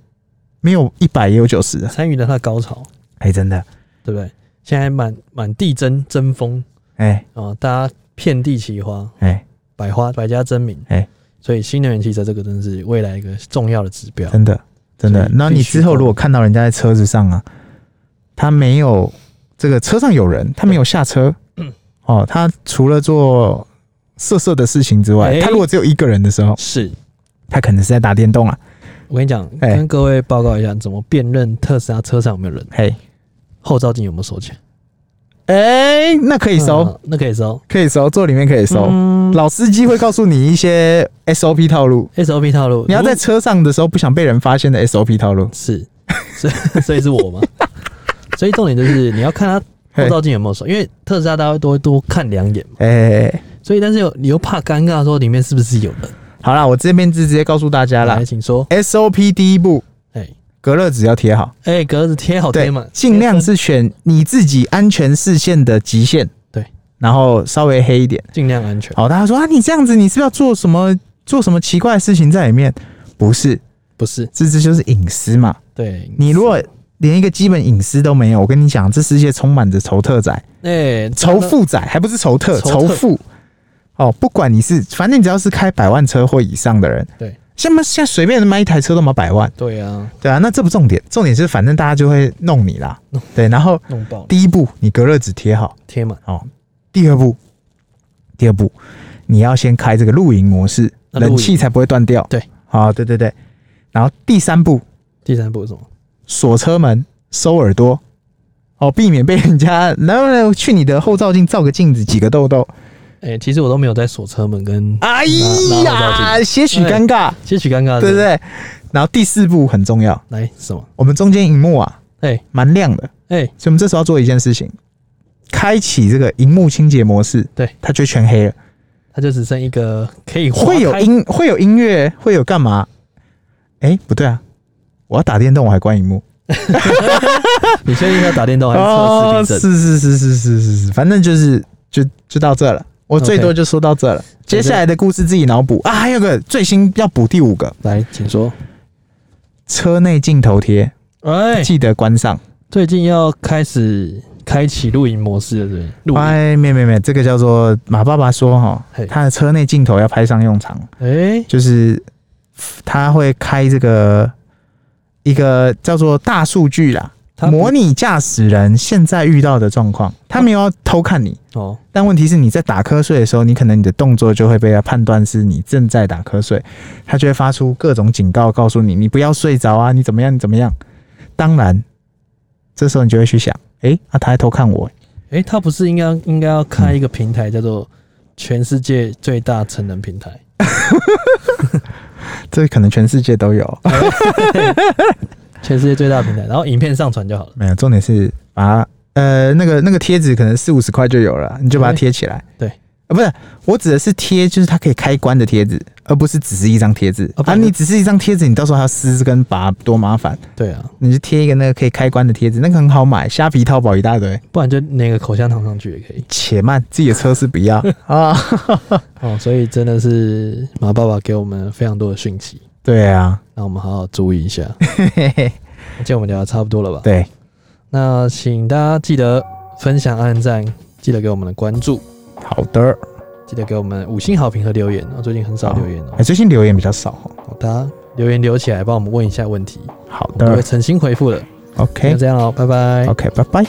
Speaker 1: 没有一百也有九十，
Speaker 2: 参与了它的高潮，
Speaker 1: 哎，真的，
Speaker 2: 对不对？现在满满地争争锋
Speaker 1: 哎
Speaker 2: 啊，大家遍地齐花，
Speaker 1: 哎，
Speaker 2: 百花百家争鸣。
Speaker 1: 哎，
Speaker 2: 所以新能源汽车这个真是未来一个重要的指标。
Speaker 1: 真的真的
Speaker 2: 所。以
Speaker 1: 那你
Speaker 2: 必须
Speaker 1: 之后
Speaker 2: 搞
Speaker 1: 如果看到人家在车子上啊，他没有这个车上有人，他没有下车，哦，他除了做色色的事情之外，
Speaker 2: 哎
Speaker 1: 他如果只有一个人的时候，
Speaker 2: 是
Speaker 1: 他可能是在打电动啊。
Speaker 2: 我跟你讲，
Speaker 1: 哎
Speaker 2: 跟各位报告一下，怎么辨认特斯拉车上有没有人，
Speaker 1: 嘿，
Speaker 2: 后照镜有没有收钱？
Speaker 1: 哎、那可以收，
Speaker 2: 嗯那可以收，
Speaker 1: 可以收，座里面可以收。
Speaker 2: 嗯
Speaker 1: 老司机会告诉你一些 SOP 套路，
Speaker 2: SOP 套路，
Speaker 1: 你要在
Speaker 2: 如
Speaker 1: 车上的时候不想被人发现的 SOP 套路。
Speaker 2: 是，所以 <laughs> 所以
Speaker 1: <laughs>
Speaker 2: 是我嘛。所以重点就是你要看它
Speaker 1: 嘿
Speaker 2: 后照镜有没有收，因为特斯拉大家都会多看两眼嘛。
Speaker 1: 哎、
Speaker 2: 所以但是有你又怕尴尬说里面是不是有人？
Speaker 1: 好啦，我这边就直接告诉大家啦
Speaker 2: 来，请说。
Speaker 1: ，SOP 第一步，
Speaker 2: 哎
Speaker 1: 隔热纸要贴好，
Speaker 2: 哎，格子贴好
Speaker 1: 对
Speaker 2: 贴满，，哎
Speaker 1: 尽量是选你自己安全视线的极限，
Speaker 2: 对，
Speaker 1: 然后稍微黑一点。
Speaker 2: 尽量安全。
Speaker 1: 好，大家说啊，你这样子，你是不是要做什么做什么奇怪的事情在里面？不是，
Speaker 2: 不是，
Speaker 1: 这这就是隐私嘛。
Speaker 2: 对
Speaker 1: 你如果连一个基本隐私都没有，我跟你讲，这世界充满着仇特仔、
Speaker 2: 哎
Speaker 1: 仇富仔， <laughs> 还不是仇特、
Speaker 2: 仇
Speaker 1: 仇
Speaker 2: 特
Speaker 1: 富。哦，不管你是，反正你只要是开百万车或以上的人，
Speaker 2: 对
Speaker 1: 现在现在随便卖一台车都嘛百万，
Speaker 2: 对啊，
Speaker 1: 对啊，那这不重点，重点是反正大家就会弄你 <laughs> 啦。对，然后
Speaker 2: 弄爆
Speaker 1: 第一步你隔热纸贴好
Speaker 2: 贴满。
Speaker 1: 哦，第二步，第二步你要先开这个露营模式，
Speaker 2: 那露营
Speaker 1: 冷气才不会断掉。
Speaker 2: 对，
Speaker 1: 啊、对对对，然后第三步
Speaker 2: 第三步是什么？
Speaker 1: 锁车门、收耳朵，哦，避免被人家，然后呢，去你的后照镜照个镜子，挤个痘痘。
Speaker 2: 哎、其实我都没有在锁车门跟，
Speaker 1: 哎
Speaker 2: 拿拿后照
Speaker 1: 呀，些许尴尬，
Speaker 2: 些许尴尬的，
Speaker 1: 对不？对？然后第四步很重要，
Speaker 2: 来什么？
Speaker 1: 我们中间荧幕啊
Speaker 2: 哎、
Speaker 1: 蛮亮的，
Speaker 2: 哎、
Speaker 1: 所以我们这时候要做一件事情，开启这个荧幕清洁模式，
Speaker 2: 对，
Speaker 1: 它就全黑了，
Speaker 2: 它就只剩一个可以划
Speaker 1: 会有
Speaker 2: 开，
Speaker 1: 音，会有音乐，会有干嘛？哎，不对啊，我要打电动，我还关荧幕。
Speaker 2: 你确定要打电动还
Speaker 1: 哦，
Speaker 2: 是测实地
Speaker 1: 是是是是是是是，反正就是就就到这了。我最
Speaker 2: OK
Speaker 1: 多就说到这了接下来的故事自己脑补啊。还有个最新要补第五个，
Speaker 2: 证？来，请说。
Speaker 1: 车内镜头贴
Speaker 2: 哎、
Speaker 1: 记得关上。
Speaker 2: 最近要开始开启露营模式了，对不对？露营，哎、
Speaker 1: 哎，没有没有没有，这个叫做马爸爸说哈
Speaker 2: 嘿，
Speaker 1: 他的车内镜头要派上用场，
Speaker 2: 哎
Speaker 1: 就是他会开这个一个叫做大数据啦，
Speaker 2: 它不
Speaker 1: 模拟驾驶人现在遇到的状况，他没有要偷看你。
Speaker 2: 哦，
Speaker 1: 但问题是，你在打瞌睡的时候，你可能你的动作就会被他判断是你正在打瞌睡，他就会发出各种警告，告诉你你不要睡着啊，你怎么样，你怎么样。当然，这时候你就会去想，诶，啊，他在偷看我，
Speaker 2: 哎、它不是应该应该要开一个平台叫做全世界最大成人平台？
Speaker 1: 这可能全世界都有。
Speaker 2: 全世界最大的平台，然后影片上传就好了。
Speaker 1: 没有，重点是把它呃那个那个贴纸可能四五十块就有了，你就把它贴起来。
Speaker 2: 对，
Speaker 1: 呃，不是，我指的是贴，就是它可以开关的贴纸，而不是只是一张贴纸
Speaker 2: 啊不
Speaker 1: 啊。
Speaker 2: 然呢
Speaker 1: 你只是一张贴纸，你到时候还要撕跟拔，多麻烦！
Speaker 2: 对啊，
Speaker 1: 你就贴一个那个可以开关的贴纸，那个很好买，虾皮、淘宝一大堆。
Speaker 2: 不然就那个口香糖上去也可以。
Speaker 1: 且慢，自己的车是不要啊。
Speaker 2: 哦，所以真的是马爸爸给我们非常多的讯息，
Speaker 1: 对啊，
Speaker 2: 让我们好好注意一下。
Speaker 1: 嘿嘿嘿，
Speaker 2: 今天我们聊的差不多了吧？
Speaker 1: 对，
Speaker 2: 那请大家记得分享、按赞，记得给我们的关注，
Speaker 1: 好的。
Speaker 2: 记得给我们五星好评和留言。哦我、最近很少留言
Speaker 1: 哎、
Speaker 2: 哦，
Speaker 1: 最近留言比较少哦。
Speaker 2: 大家留言留起来，帮我们问一下问题，
Speaker 1: 好
Speaker 2: 我们都会
Speaker 1: 的
Speaker 2: 诚心回复的。就
Speaker 1: ，OK
Speaker 2: 这样喽，拜拜。
Speaker 1: OK，拜拜。